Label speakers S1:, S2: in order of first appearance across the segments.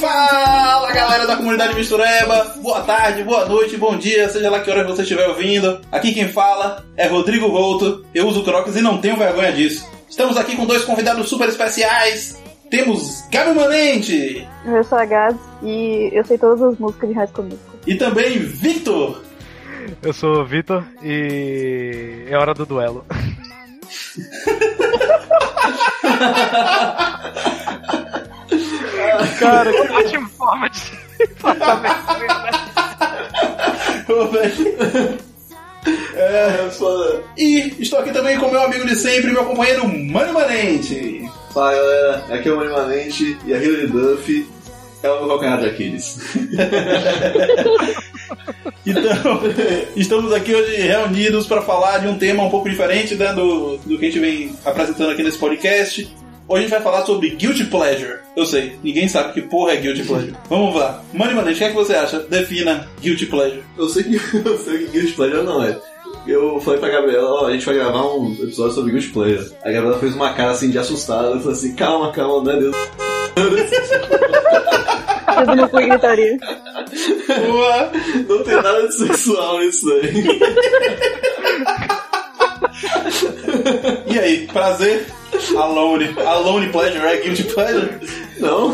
S1: Fala galera da comunidade Mistureba, boa tarde, boa noite, bom dia, seja lá que hora você estiver ouvindo. Aqui quem fala é Rodrigo Volto, eu uso Crocs e não tenho vergonha disso. Estamos aqui com dois convidados super especiais. Temos Gabi Manente
S2: Eu sou a Gaz e eu sei todas as músicas de High School Musical.
S1: e também Victor.
S3: Eu sou o Vitor e é hora do duelo. Cara, que ótima forma de
S1: É, foda. E estou aqui também com meu amigo de sempre, meu companheiro Mano Manente.
S4: Fala galera, aqui é o Mano Manente e a Hilary Duff é o meu calcanhar de Aquiles.
S1: Então, estamos aqui hoje reunidos para falar de um tema um pouco diferente né, do, do que a gente vem apresentando aqui nesse podcast. Hoje a gente vai falar sobre Guilty Pleasure. Eu sei, ninguém sabe que porra é Guilty Pleasure. Vamos lá. Mano, mano, o que é que você acha? Defina Guilty Pleasure.
S4: Eu sei que eu sei que Guild Player não é. Eu falei pra Gabriela, ó, a gente vai gravar um episódio sobre Guild Player. A Gabriela fez uma cara assim de assustada, ela falou assim, calma, calma, não é Deus.
S2: Tudo no cu e gritaria.
S1: Boa.
S4: Não tem nada de sexual nisso aí.
S1: E aí, prazer? Alone. Alone Pleasure é Guilty Pleasure?
S4: Não?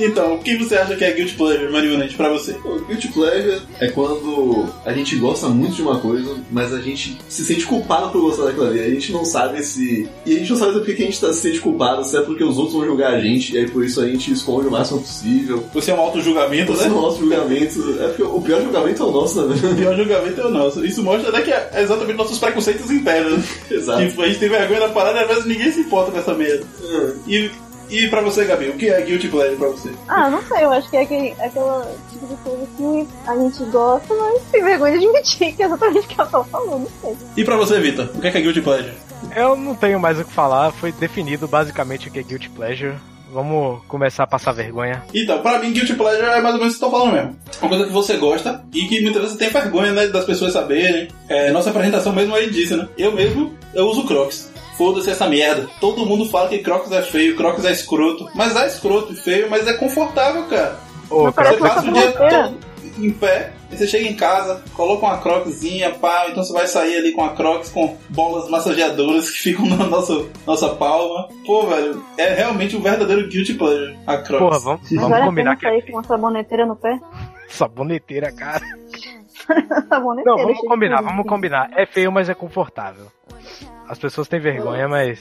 S1: Então, o que você acha que é Guilty Pleasure, Mano, mano, pra você?
S4: O Guilty Pleasure é quando a gente gosta muito de uma coisa, mas a gente se sente culpado por gostar daquela ali. A gente não sabe se. E a gente não sabe por que a gente tá se sente culpado, se é porque os outros vão julgar a gente, e aí por isso a gente esconde o máximo possível.
S1: Você é um auto-julgamento,
S4: Esse é
S1: né?
S4: o nosso julgamento. É porque o pior julgamento é o nosso, né?
S1: O pior julgamento é o nosso. Isso mostra né, que é exatamente nossos preconceitos internos.
S4: Exato.
S1: Tipo, a gente tem vergonha da parada e às vezes ninguém se importa com essa merda.
S4: Hum.
S1: E, e pra você, Gabi, o que é Guilty Pleasure pra você?
S2: Ah, não sei, eu acho que é aquele, aquela tipo de coisa que a gente gosta, mas tem vergonha de admitir, que é exatamente o que ela falou, não sei.
S1: E pra você, Vitor, o que é, que é Guilty Pleasure?
S3: Eu não tenho mais o que falar, foi definido basicamente o que é Guilty Pleasure. Vamos começar a passar vergonha.
S1: Então, pra mim, Guilty Pleasure é mais ou menos o que eu tô falando mesmo. Uma coisa que você gosta e que muitas vezes tem vergonha né, das pessoas saberem. É, nossa apresentação mesmo aí disse, né? Eu mesmo, eu uso Crocs. Foda-se essa merda. Todo mundo fala que Crocs é feio, Crocs é escroto. Mas é escroto e feio, mas é confortável, cara.
S3: Ô,
S2: Não
S3: cara,
S2: parece
S1: Você
S2: uma
S1: passa o dia
S2: saboneteira.
S1: todo em pé, aí você chega em casa, coloca uma croczinha, pá, então você vai sair ali com a crocs com bolas massageadoras que ficam na nossa, nossa palma. Pô, velho, é realmente um verdadeiro guilty pleasure, a crocs.
S3: porra, vamos,
S2: Mas
S3: vamos
S2: vale a
S3: combinar
S2: pena
S3: que é
S2: sair com uma saboneteira no pé?
S3: saboneteira, cara.
S2: saboneteira.
S3: Não, vamos
S2: cheia de
S3: combinar,
S2: coisa,
S3: vamos
S2: assim.
S3: combinar. É feio, mas é confortável. As pessoas têm vergonha, mas.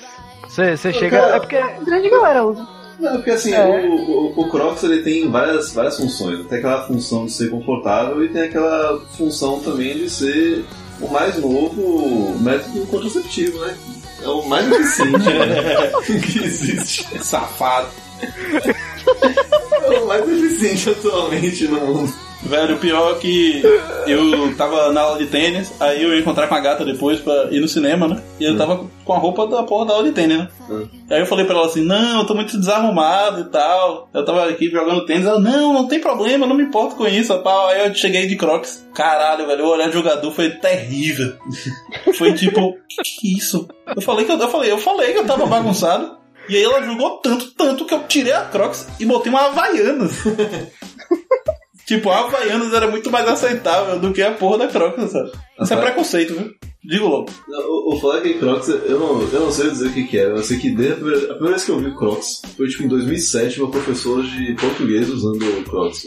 S3: Você chega. É porque.
S2: Grande galera usa.
S4: Não, porque assim,
S3: É.
S4: o, o, o Crocs ele tem várias, várias funções. Tem aquela função de ser confortável e tem aquela função também de ser o mais novo método contraceptivo, né? É o mais eficiente né? que existe.
S1: Safado.
S4: É o mais eficiente atualmente no mundo.
S1: Velho, o pior é que eu tava na aula de tênis, aí eu ia encontrar com a gata depois pra ir no cinema, né? E eu tava com a roupa da porra da aula de tênis, né?
S4: Hum.
S1: Aí eu falei pra ela assim, não, eu tô muito desarrumado e tal. Eu tava aqui jogando tênis, ela, não, não tem problema, eu não me importo com isso e tal. Aí eu cheguei de crocs. Caralho, velho, o olhar de jogador foi terrível. foi tipo, que, que isso? Eu falei que eu, eu falei, eu falei que eu tava bagunçado. E aí ela jogou tanto, tanto que eu tirei a Crocs e botei uma Havaianas. Tipo, a Havaianas era muito mais aceitável do que a porra da Crocs, sabe? Isso é
S4: Uhum.
S1: preconceito, viu? Digo logo.
S4: O, o Flag Crocs, eu não, eu não sei dizer o que, que era. Eu sei que desde a primeira, a primeira vez que eu vi Crocs foi tipo em 2007, uma professora de português usando Crocs.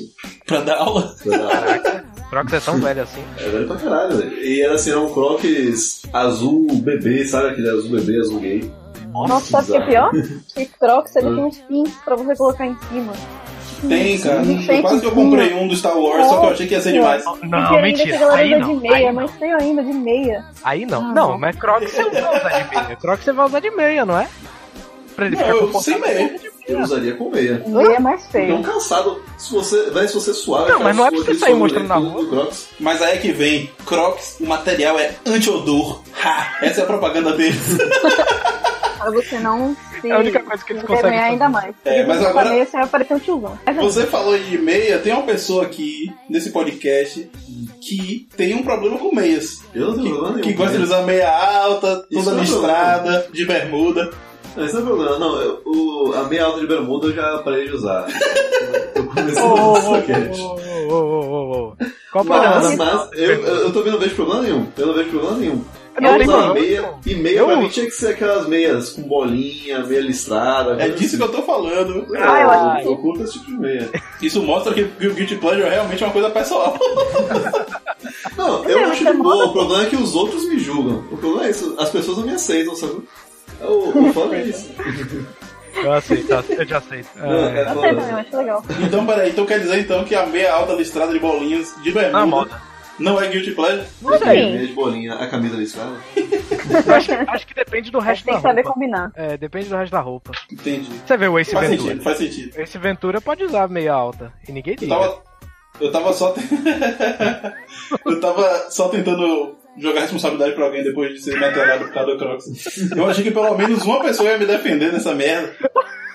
S1: Pra dar aula.
S4: Pra dar-
S3: Crocs é tão velho assim.
S4: É velho pra caralho, velho. E era assim, era um crocs azul bebê, sabe aquele azul bebê, azul gay?
S2: Nossa, sabe o que é pior? Que Crocs, ele tem uns pins pra você colocar em cima.
S1: Tem, cara.
S2: Sim, tem
S1: Quase que eu
S2: sim.
S1: comprei um do Star Wars, só que eu achei que ia ser demais.
S2: Porque
S3: Não,
S2: ainda que a
S3: mentira.
S2: galera
S3: Aí
S2: usa de
S3: não.
S2: meia,
S3: Aí
S2: mas
S3: não.
S2: feio ainda, de meia.
S3: Aí não. Ah, Não, mas Crocs você não vai usar de meia. Crocs você vai usar de meia, não é? Pra ele
S1: Não,
S4: É,
S3: ficar
S1: eu sem
S3: confortável.
S1: meia.
S4: Eu usaria com meia.
S2: Meia é mais feio.
S4: Então cansado, se você, velho, se você suar,
S3: Não, mas não é pra você sair mostrando na rua.
S4: Crocs.
S1: Mas aí é que vem. Crocs, o material é anti-odor. Ha! Essa é a propaganda deles.
S2: Pra você não se
S3: É a única coisa que eles
S2: envergonhar
S3: conseguem
S2: ainda mais.
S1: É, mas
S2: Porque
S1: agora-
S2: quando Você vai parecer um tiozão. Mas é
S1: Você falou de meia, tem uma pessoa aqui, nesse podcast, que tem um problema com meias.
S4: Eu não tenho problema
S1: Que, que
S4: nenhum.
S1: gosta de
S4: com meia.
S1: usar meia alta,
S4: Isso
S1: toda
S4: não é
S1: listrada, de bermuda.
S4: Esse é o problema. Não, eu- o, a meia alta de bermuda eu já parei de usar. Eu comecei a usar soquete.
S3: Ô, assim- ô, ô, ô, ô. Qual o problema
S4: Mas,
S3: da
S4: mas é eu, eu, eu também não vejo problema nenhum. Eu não vejo problema nenhum.
S3: Não então.
S4: Eu
S3: tem
S4: usava
S3: problema
S4: meia,
S3: nenhum.
S4: e meia
S3: Eu
S4: pra mim
S3: uso.
S4: tinha que ser aquelas meias com bolinha, meia listrada. assim.
S1: É disso que eu tô falando.
S2: Ah, eu acho que
S4: eu curto esse tipo de meia.
S1: Isso mostra que que o Guilty Pleasure realmente é uma coisa pessoal.
S4: Não,
S2: Não,
S4: eu
S2: mas
S4: acho
S2: é
S4: de boa.
S2: moda.
S4: O problema é que os outros me julgam. O problema é isso. As pessoas não me aceitam, sabe? É O, o foda é isso.
S3: Eu aceito, eu te aceito.
S4: Não,
S3: É.
S2: Eu
S4: foda.
S2: sei também, eu acho legal.
S1: Então, peraí, então quer dizer então que a meia alta listrada de bolinhas de
S3: Na
S1: bermuda
S3: moda.
S1: não é Guilty Pleasure?
S3: Não
S2: assim,
S3: sei.
S4: Meia de bolinha, a camisa listrada.
S3: Eu acho, que- acho que depende do resto
S2: Tem
S3: da
S2: que saber
S3: roupa.
S2: combinar.
S3: É, depende do resto da roupa.
S1: Entendi.
S3: Você vê o Ace
S1: faz
S3: Ventura.
S1: sentido, faz sentido.
S3: Ace Ventura pode usar meia alta. E ninguém
S1: Eu
S3: diz.
S1: tava, eu tava só. te- eu tava só tentando jogar responsabilidade pra alguém depois de ser meteorado por causa do Crocs. Eu achei que pelo menos uma pessoa ia me defender nessa merda.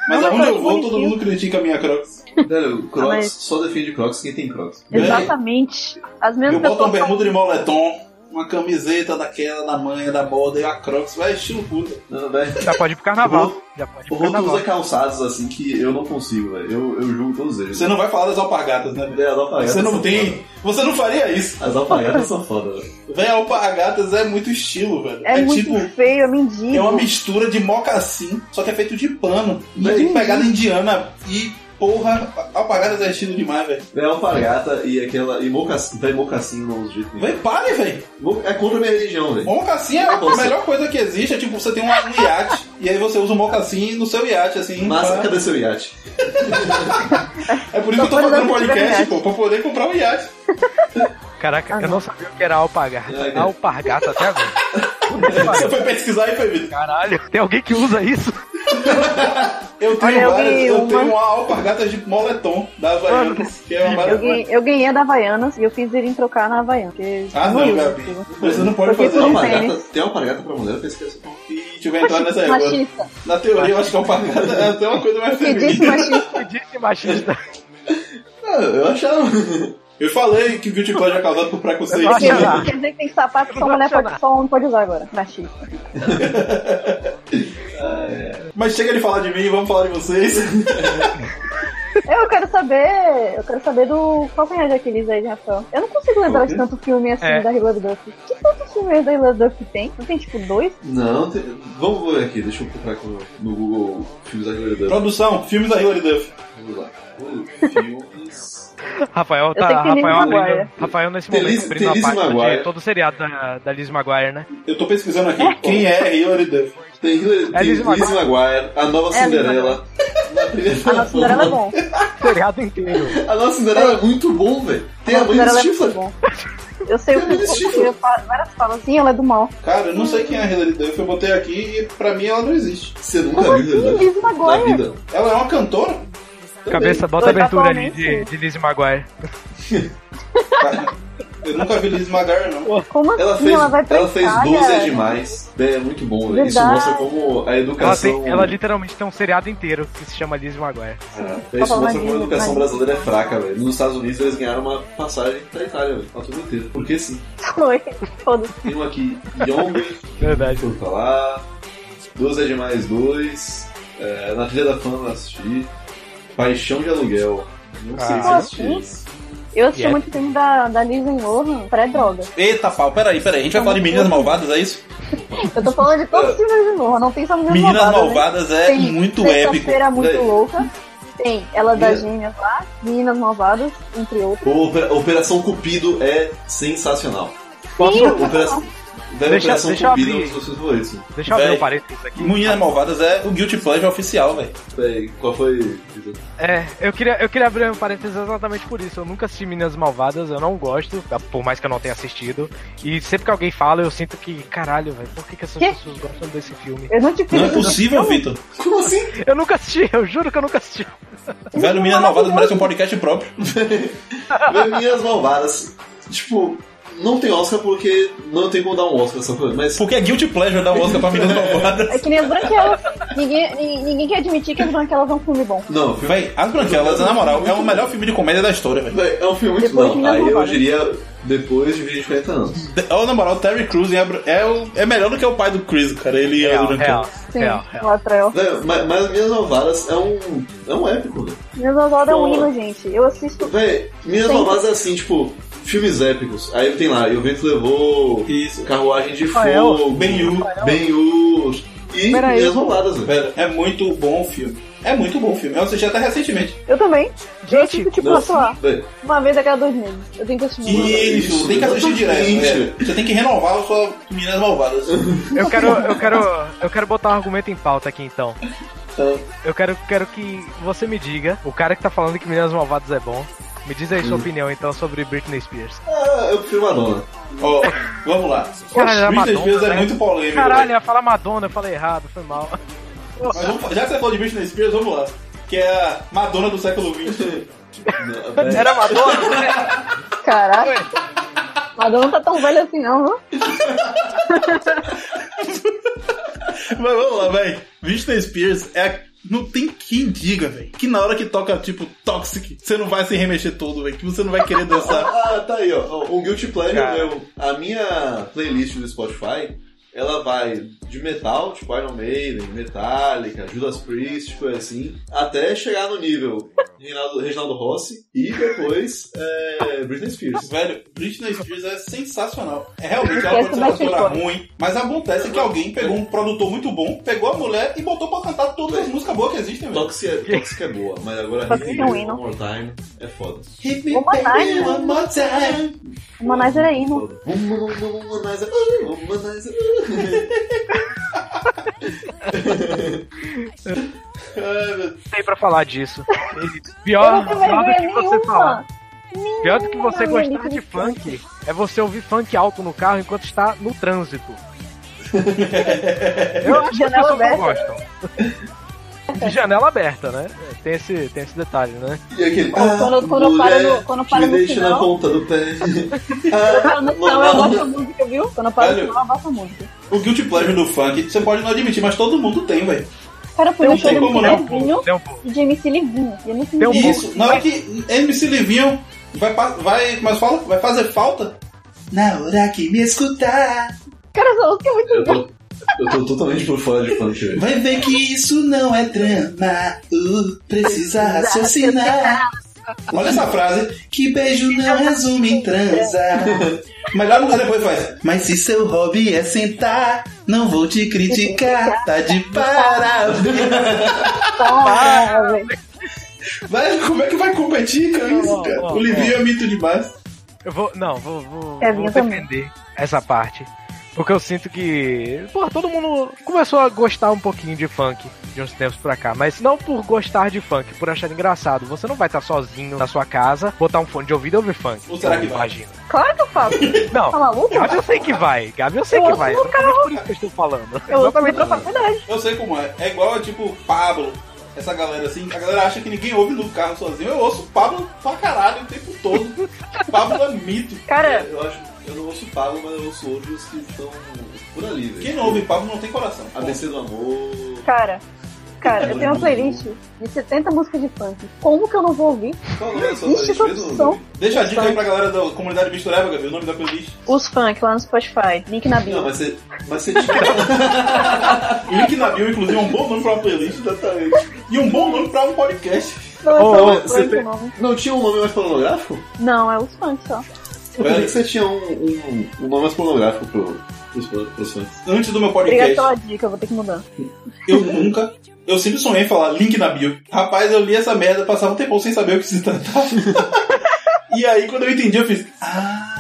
S1: Mas
S2: Não,
S1: aonde
S2: mas
S1: eu vou, todo
S2: bonitinho.
S1: mundo critica a minha Crocs.
S4: Velho, o Crocs
S2: Ah, mas-
S4: só defende Crocs quem tem Crocs.
S1: É.
S2: Exatamente. As
S1: Eu
S2: mesmas
S1: boto uma
S2: pessoas.
S1: bermuda de moletom, uma camiseta daquela, da manha, da moda e a Crocs. Vai, estilo puta.
S4: Não, velho.
S3: Já pode ir pro carnaval. Já pode ir
S4: O
S3: pro
S4: Roto
S3: carnaval.
S4: usa calçados assim que eu não consigo, velho. Eu, eu julgo todos eles.
S1: Você não vai falar das alpargatas, né?
S4: Véi, as alpargatas
S1: Você não
S4: são
S1: tem. Você não faria isso.
S4: Foda. As alpargatas são foda, velho.
S1: Véi, alpargatas é muito estilo, velho.
S2: É, muito
S1: tipo.
S2: feio, é mendigo.
S1: É uma mistura de mocassim, só que é feito de pano. E
S4: Bem.
S1: de pegada indiana. E, porra, apagadas é estilo demais, velho.
S4: Véi, alpargata e aquela. E mocassim. Véi, mocassim não usa de jeito nenhum.
S1: Vem, pare, velho.
S4: Mo- É contra a minha religião, velho.
S1: Mocassim é a
S4: Nossa.
S1: melhor coisa que existe. É tipo, você tem um, um iate, e aí você usa um mocassim no seu iate, assim.
S4: Mas
S1: pra-
S4: cadê seu iate?
S1: É por isso que eu tô fazendo
S2: Só pode dar se tiver
S1: podcast,
S2: iate.
S1: pô, pra poder comprar um iate.
S3: Caraca, eu não sabia o que era
S4: É,
S3: alpargata.
S4: cara.
S3: Alpargata até agora.
S1: Você foi pesquisar e foi vindo.
S3: Caralho, tem alguém que usa isso?
S1: Eu tenho
S2: Olha, eu
S1: várias,
S2: vi
S1: eu
S2: uma-
S1: tenho uma alpargatas de moletom da Havaianas, que é uma
S2: Eu
S1: maravilha.
S2: ganhei, eu ganhei a da Havaianas e eu fiz irem trocar na Havaiana. porque-
S1: Ah, não,
S2: Ruim,
S1: Gabi.
S2: tipo.
S1: Você não pode
S2: Porque
S1: fazer
S4: Tem
S2: tudo
S1: uma.
S2: bem.
S4: alpargata, tem alpargata pra mulher, eu pesquei
S1: E tiver entrado nessa época.
S2: Machista.
S1: Na teoria, eu acho que alpargata é até uma coisa mais
S2: Que
S1: feminina.
S2: disse machista.
S3: Eu disse machista.
S4: Ah, eu achava.
S1: Eu falei que o Guilty Pleasure é causado por preconceito.
S3: Eu acho
S2: Quer
S3: que-
S2: dizer- quer dizer que tem sapato que só mulher pode, só homem pode usar agora. Machista.
S1: Mas chega de falar de mim, vamos falar de vocês.
S2: Eu quero saber. Eu quero saber do calcanhar de Aquiles aí de Rafael. Eu não consigo lembrar de tanto filme assim
S3: É.
S2: da Hilary Duff. Que tanto filme da Hilary Duff tem? Não tem tipo dois?
S4: Não, tem... vamos ver aqui, deixa eu procurar com- no Google filmes da Glória Duff.
S1: Produção, filmes da Hilary Duff.
S4: Vamos lá. Filmes.
S3: Rafael tá.
S2: sei que tem Lizzie
S3: Rafael, abrindo-
S2: Maguire.
S3: Rafael nesse
S4: Tem
S3: momento
S4: Lizzie-
S3: abrindo
S4: tem
S3: a
S4: Lizzie
S3: página
S4: Maguire.
S3: de todo o seriado da, da Liz Maguire, né?
S1: Eu tô pesquisando aqui. Quem é Hilary Duff?
S4: Tem Hilary,
S3: É
S4: tem
S3: Lizzie
S4: Lizzie
S3: Maguire.
S4: Maguire. a nova
S2: É a Lizzie
S4: Cinderela. Na primeira
S2: A nossa Cinderela é bom.
S3: Seriado inteiro.
S4: A nossa Cinderela é muito bom, velho. Tem
S2: A
S4: a
S2: nossa
S4: mãe
S2: Cinderela
S4: do
S2: é
S4: Stifler.
S2: muito bom. Eu sei o
S4: Tem a mãe do
S2: que
S4: Stifler.
S2: eu falo, várias falas assim, ela é do mal.
S1: Cara, eu não sei quem é a Hilary Duff. Eu botei aqui e pra mim ela não existe.
S4: Você nunca
S2: Como
S4: viu
S2: assim?
S4: Hilary Duff?
S2: Liz
S4: né? Na
S2: Maguire?
S4: vida.
S1: Ela é uma cantora?
S3: Cabeça, bota a
S2: Dois
S3: abertura ali de,
S2: atualmente.
S3: de Lizzie Maguire.
S1: Cara, eu nunca vi Liz Magar, não.
S2: Como assim?
S4: Ela fez,
S2: ela vai pra
S4: ela fez
S2: Itália?
S4: 12 é demais. É, é muito bom, velho. Isso
S2: Verdade.
S4: mostra como a
S3: Ela,
S4: educação.
S3: tem- ela literalmente tem um seriado inteiro que se chama Lizzie Maguire.
S2: Tá
S4: Ah, isso mostra como a educação brasileira é fraca, velho. Nos Estados Unidos eles ganharam uma passagem pra Itália, velho. Pra tudo inteiro. Porque sim.
S2: Foi. Foda-se.
S4: Tem um aqui, Young,
S3: Verdade.
S4: por falar. 12 é demais 2. é, na Filha da Fama eu assisti. Paixão de Aluguel. Não sei se
S3: Ah,
S4: eu assisti.
S2: Eu assisti
S3: Yeah.
S2: muito filme da, da Liz Lohan, pré-droga.
S1: Eita, pau, peraí, peraí. A gente vai falar de Meninas Malvadas, é isso?
S2: Eu tô falando de todos os filmes da Liz Lohan, não tem só Meninas,
S1: Meninas
S2: Malvadas. né?
S1: Malvadas é
S2: Tem
S1: muito épico. né?
S2: Sexta-feira é Muito
S4: Daí-
S2: Louca. Tem Ela das
S4: Yeah.
S2: Gêmeas lá, Meninas Malvadas, entre outros.
S4: O Opera- Operação Cupido é sensacional.
S3: Posso-
S2: Sim, eu vou
S4: Operação, velho,
S3: Deixa-
S4: Operação
S3: deixa eu
S4: Cupido é um
S3: abrir.
S4: dos meus favoritos. mano.
S3: Deixa eu abrir
S1: Véi.
S3: um parênteses aqui.
S1: Meninas Malvadas é o Guilty Pleasure oficial, velho.
S4: Véi, Qual foi?
S3: É, eu queria, eu queria abrir um parênteses exatamente por isso. Eu nunca assisti Meninas Malvadas, eu não gosto, por mais que eu não tenha assistido. E sempre que alguém fala, eu sinto que, caralho, velho, por que, que essas
S2: Quê?
S3: pessoas gostam desse filme?
S2: Eu não te
S1: Não é
S2: fiz.
S1: possível, Vitor.
S4: Como assim?
S3: Eu nunca assisti, eu juro que eu nunca assisti.
S1: Velho, Meninas Malvadas merece um podcast próprio.
S4: Velho, Minhas Malvadas. Tipo, não tem Oscar porque não tem como dar um Oscar essa coisa, mas.
S1: Porque é Guilty Pleasure dar o Oscar pra Meninas Malvadas.
S2: É que nem as branquelas. ninguém, ni- ninguém quer admitir que as branquelas é um filme bom.
S4: Não,
S1: Véi, As Branquelas, na moral, é o melhor filme de comédia da história, velho.
S4: Véi, É um filme muito
S2: Depois
S4: bom.
S2: de Minas
S4: Aí eu
S2: Malvadas.
S4: diria depois de 20, 40 anos.
S1: Ou, na moral, o Terry Crews em Abra- é, o- é melhor do que o pai do Chris, cara. Ele é
S3: Real,
S1: o
S3: real,
S2: Sim,
S3: real,
S2: o
S3: real.
S2: Atrel.
S4: Não, Né, mas, mas Minhas Alvaras é um, é um épico, velho.
S2: Meus Oswaldo é um
S4: Pô.
S2: hino, gente. Eu assisto.
S4: Véi, Minhas
S2: Sim.
S4: Alvaras é assim, tipo, filmes épicos. Aí tem lá, e o vento levou
S1: Isso.
S4: carruagem de
S3: Rafael.
S4: fogo,
S1: Ben-Hur.
S4: Ben-Hur e né?
S3: Peraí.
S4: Minhas Alvaras, velho.
S1: Velho, é muito bom o filme. É muito bom o filme. Eu assisti até recentemente.
S2: Eu também. eu
S3: Gente,
S2: assisto, tipo,
S4: Não,
S2: atuar.
S4: véi,
S2: Uma vez a cada dois meses. Eu tenho que assistir.
S4: E-
S1: Isso, tem que assistir
S4: exatamente.
S1: direto. né? Você tem que renovar a sua Meninas Malvadas.
S3: eu quero, eu quero, eu quero botar um argumento em pauta aqui então.
S1: Então,
S2: É.
S3: Eu quero, quero que você me diga, o cara que tá falando que Meninas Malvadas é bom, me diz aí
S2: Hum.
S3: sua opinião então sobre Britney Spears.
S4: ah, eu prefiro Madonna.
S1: ó, vamos lá.
S3: Caralho, a
S1: Britney
S3: Madonna,
S1: Spears é
S3: velho.
S1: muito polêmico.
S3: Caralho,
S1: velho.
S3: ia falar Madonna, eu falei errado, foi mal.
S1: Mas vamos- já que você falou de Britney Spears, vamos lá. Que é a Madonna do século XX.
S4: Não,
S2: É.
S4: véi.
S3: Era Madonna?
S2: Caraca. Madonna não tá tão velha assim, não, viu?
S1: Mas vamos lá, velho. Britney Spears é a- Não tem quem diga, velho, que na hora que toca, tipo, Toxic, você não vai se remexer todo, velho, que você não vai querer dançar.
S4: Ah, tá aí, ó. O Guilty Pleasure
S3: Cara.
S4: meu. A minha playlist do Spotify, ela vai de metal, tipo Iron Maiden, Metallica, Judas Priest, coisa assim, até chegar no nível Reinaldo- Reginaldo Rossi e depois é, Britney Spears.
S1: Velho, Britney Spears é sensacional. É realmente
S2: Esquece
S1: ela pode ser
S2: do
S1: uma
S2: Backstreet
S1: cantora
S2: Boys.
S1: ruim, mas acontece que alguém pegou um produtor muito bom, pegou a mulher e botou pra cantar todas as músicas boas que existem, velho.
S4: Toxic é, Toxic é boa, mas agora
S2: Toxic
S4: Hit
S2: é
S4: Me
S2: ruim,
S4: One
S2: não?
S4: More Time é foda.
S1: Hit me
S2: Uma
S1: baby
S2: naiva.
S1: one more time.
S2: Uma Nice era hino.
S4: Foda. Womanizer, womanizer, uh, womanizer, uh.
S1: Ai, meu Deus.
S3: Não sei pra falar disso. E
S2: Eu não
S3: pior,
S2: tenho
S3: pior do
S2: vergonha
S3: Ah, que você falar.
S2: nenhuma.
S3: Pior do que você
S2: Nenhuma,
S3: gostar de
S2: Henrique.
S3: funk é você ouvir funk alto no carro enquanto está no trânsito. Eu acho que as
S2: Janela
S3: pessoas não
S2: aberta.
S3: gostam. De janela aberta, né? Tem esse, tem esse detalhe, né?
S4: E aquele.
S1: "Ah,
S2: Quando- quando- quando eu
S4: mulher,
S2: paro no- quando eu
S4: te
S2: paro no
S4: deixa na
S2: final.
S4: ponta do pé.
S2: Quando eu paro no final, eu
S4: Não, não.
S2: gosto da música, viu? Quando eu paro no
S1: Velho.
S2: final, eu gosto da música.
S1: O guilty pleasure do funk, você pode não admitir, mas todo mundo tem, velho.
S2: Cara, eu fui no
S1: Não
S2: show
S1: tem
S2: de
S1: como não,
S2: MC Levinho
S3: Tem um pouco.
S2: e de MC Livinho. E MC
S3: Tem um
S2: Livinho.
S3: pouco.
S1: Isso, na hora que MC Livinho vai, pa- vai, mas fala, vai fazer falta. Na hora que me escutar,
S2: Cara, essa música é muito
S4: Eu
S2: boa.
S4: tô, eu tô totalmente por fora de funk, velho.
S1: vai ver que isso não é drama. Uh, precisa raciocinar. Olha essa frase. Que beijo não resume em transa. Melhor nunca depois faz. Mas se seu hobby é sentar, não vou te criticar. Tá de parabéns.
S3: Ah,
S2: Toma, né, velho.
S1: Vai, como é que vai competir com isso,
S3: Ó,
S1: cara?
S3: ó,
S1: O Livinho é mito de base.
S3: Eu vou. Não, vou, vou,
S2: É,
S3: vou
S2: eu também.
S3: defender essa parte. Porque eu sinto que. Pô, todo mundo começou a gostar um pouquinho de funk de uns tempos pra cá. Mas não por gostar de funk, por achar engraçado. Você não vai estar sozinho na sua casa, botar um fone de ouvido e ouvir funk.
S1: Ou será que
S3: Eu
S1: vai?
S3: imagino.
S2: Claro que eu faço.
S3: Não.
S2: Tá maluco?
S3: Gabi eu sei que vai, Gabi eu sei
S2: Eu
S3: que
S2: ouço
S3: vai.
S2: no
S3: Exatamente por isso que eu estou falando.
S2: Eu ouço
S3: Exatamente.
S2: pra faculdade.
S1: Eu sei como é. É igual, tipo, Pablo. Essa galera assim, a galera acha que ninguém ouve no carro sozinho. Eu ouço Pablo pra caralho o tempo todo. Pablo é mito.
S2: Cara,
S4: Eu acho. Eu não ouço Pablo, mas eu ouço outros que estão por ali, velho.
S1: Quem não ouve Pablo não tem coração.
S4: ABC do Amor.
S2: cara, cara, eu tenho uma playlist de 70 músicas de funk. Como que eu não vou ouvir?
S4: Qual é a sua
S2: Existe essa
S4: playlist mesmo?
S2: opção.
S4: velho?
S1: Deixa a dica aí pra galera da comunidade mistureba, Gabi, o nome da playlist.
S2: Os funk lá no Spotify. Link na
S4: Não,
S2: bio.
S4: mas você. Mas você tira.
S1: Link na bio, inclusive, é um bom nome pra uma playlist.
S4: Exatamente.
S1: E um bom nome pra um podcast.
S2: Não, é só
S4: Ô,
S2: os
S4: você
S2: funk
S4: pe-
S2: o nome.
S4: Não tinha um nome mais pornográfico?
S2: Não, é os funk só.
S4: Eu pensei que você tinha um, um, um nome mais pornográfico pro, pros, pros fãs.
S1: Antes do meu
S2: Obrigada
S1: podcast,
S2: pela dica, eu vou ter que mudar.
S1: eu nunca... Eu sempre sonhei em falar link na bio. Rapaz, eu li essa merda, passava um tempão sem saber o que se tratava. e aí, quando eu entendi, eu fiz... Ah...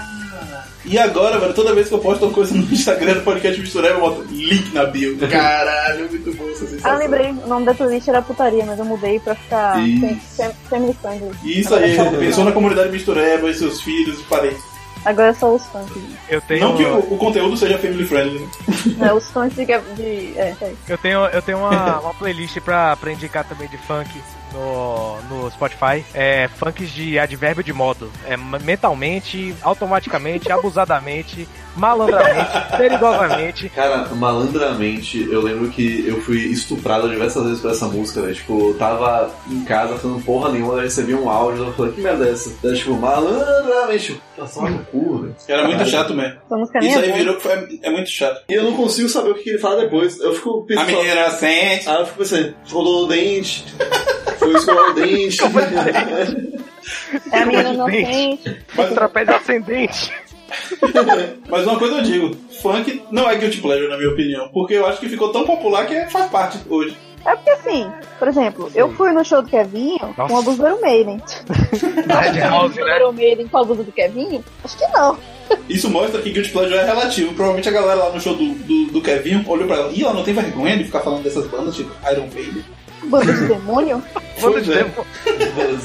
S1: E agora, velho, toda vez que eu posto uma coisa no Instagram, no podcast mistureba, eu boto link na bio. Caralho, muito Tá bom essa sensação.
S2: Ah, eu lembrei, o nome da playlist era putaria, mas eu mudei pra ficar
S4: Ih.
S2: fem- fem- Family Friendly.
S1: E Isso aí, pensou na comunidade mistureba e seus filhos e parentes.
S2: Agora é só os funk.
S3: Eu tenho,
S1: Não que o, o conteúdo seja family friendly, né?
S2: É, os funk de. de é, é.
S3: eu tenho, eu tenho uma, uma playlist pra, pra indicar também de funk. no, no Spotify é funks de advérbio de modo. É ma- mentalmente, automaticamente, abusadamente, malandramente, perigosamente.
S4: Cara, malandramente, eu lembro que eu fui estuprado diversas vezes por essa música, velho. Tipo, eu tava em casa fazendo porra nenhuma, eu recebi um áudio, eu falei, que merda é essa? Daí, tipo, malandramente, tipo, passou no cu, velho.
S1: Era muito
S4: Caralho.
S1: chato mesmo.
S2: Essa música nem
S1: Isso aí
S2: é boa.
S1: virou que foi, é muito chato.
S4: E eu não consigo saber o que que ele fala depois. Eu fico
S1: A
S4: pensando.
S1: menina sente.
S4: Ah, eu fico pensando, rolou o dente. Foi escovar o dente.
S2: É a menina
S3: Gosto de
S2: inocente.
S3: Mas trapézio ascendente.
S1: Mas uma coisa eu digo: funk não é guilty pleasure, na minha opinião. Porque eu acho que ficou tão popular que faz parte hoje.
S2: É porque assim, por exemplo, eu fui no show do Kevinho
S3: Nossa.
S2: com a blusa do Maiden.
S3: Deadhouse, né?
S2: Iron Maiden com a blusa do Kevinho? Acho que não.
S1: Isso mostra que guilty pleasure é relativo. Provavelmente a galera lá no show do, do, do Kevin olhou pra ela e ela não tem vergonha de ficar falando dessas bandas tipo Iron Maiden.
S2: Banda de demônio?
S3: Banda de
S1: Pois é.
S3: demônio.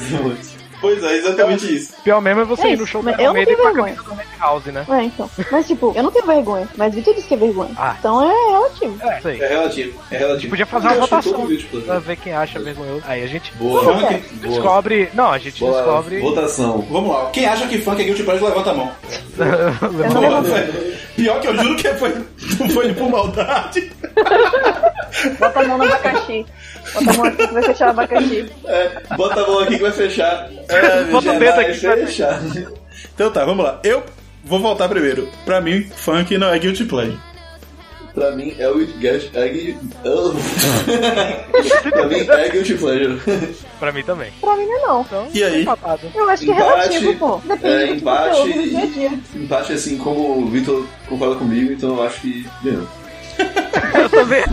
S1: Pois é, exatamente isso.
S3: Pior mesmo é você
S2: É
S3: ir
S2: isso,
S3: no show do
S2: mas eu não
S3: Iron Maiden
S2: tenho
S3: com a
S2: vergonha.
S3: camisa do Deadhouse, né?
S2: É, então. Mas tipo, eu não tenho vergonha, mas Vitor disse que é vergonha.
S3: Ah.
S2: Então é relativo.
S3: É, isso aí.
S1: É relativo. É relativo.
S3: Podia fazer uma
S4: Eu acho que todo
S3: votação
S4: vídeo, tipo,
S3: pra ver quem acha mesmo eu. Aí a gente
S4: Boa,
S1: Funk.
S4: boa.
S3: descobre. Não, a gente
S4: Boa.
S3: descobre.
S4: Votação.
S1: Vamos lá. Quem acha que funk é guilty pleasure, levanta a mão.
S2: Eu não
S1: Boa,
S2: levantei.
S1: velho. Pior que eu juro que foi, não foi por maldade.
S2: Bota a mão no abacaxi. Bota a mão aqui que vai fechar o abacaxi.
S4: É, bota a mão aqui que vai fechar.
S3: Bota o dedo aqui que vai
S4: fechar.
S1: Então tá, vamos lá. Eu vou voltar primeiro. Pra mim, funk não é guilty pleasure.
S4: Pra mim é o Guilty é o- Pra mim é Guilty Pleasure.
S3: Pra mim também.
S2: Pra mim não é não.
S3: Então,
S1: E aí?
S3: empatado.
S2: Eu acho que é
S4: Empate,
S2: relativo, pô.
S4: é,
S2: Depende do que
S4: empate
S2: você ouve no dia a
S4: e-
S2: dia.
S4: Empate assim, como o Vitor concorda comigo, então eu acho que. ganhou.
S3: Eu também.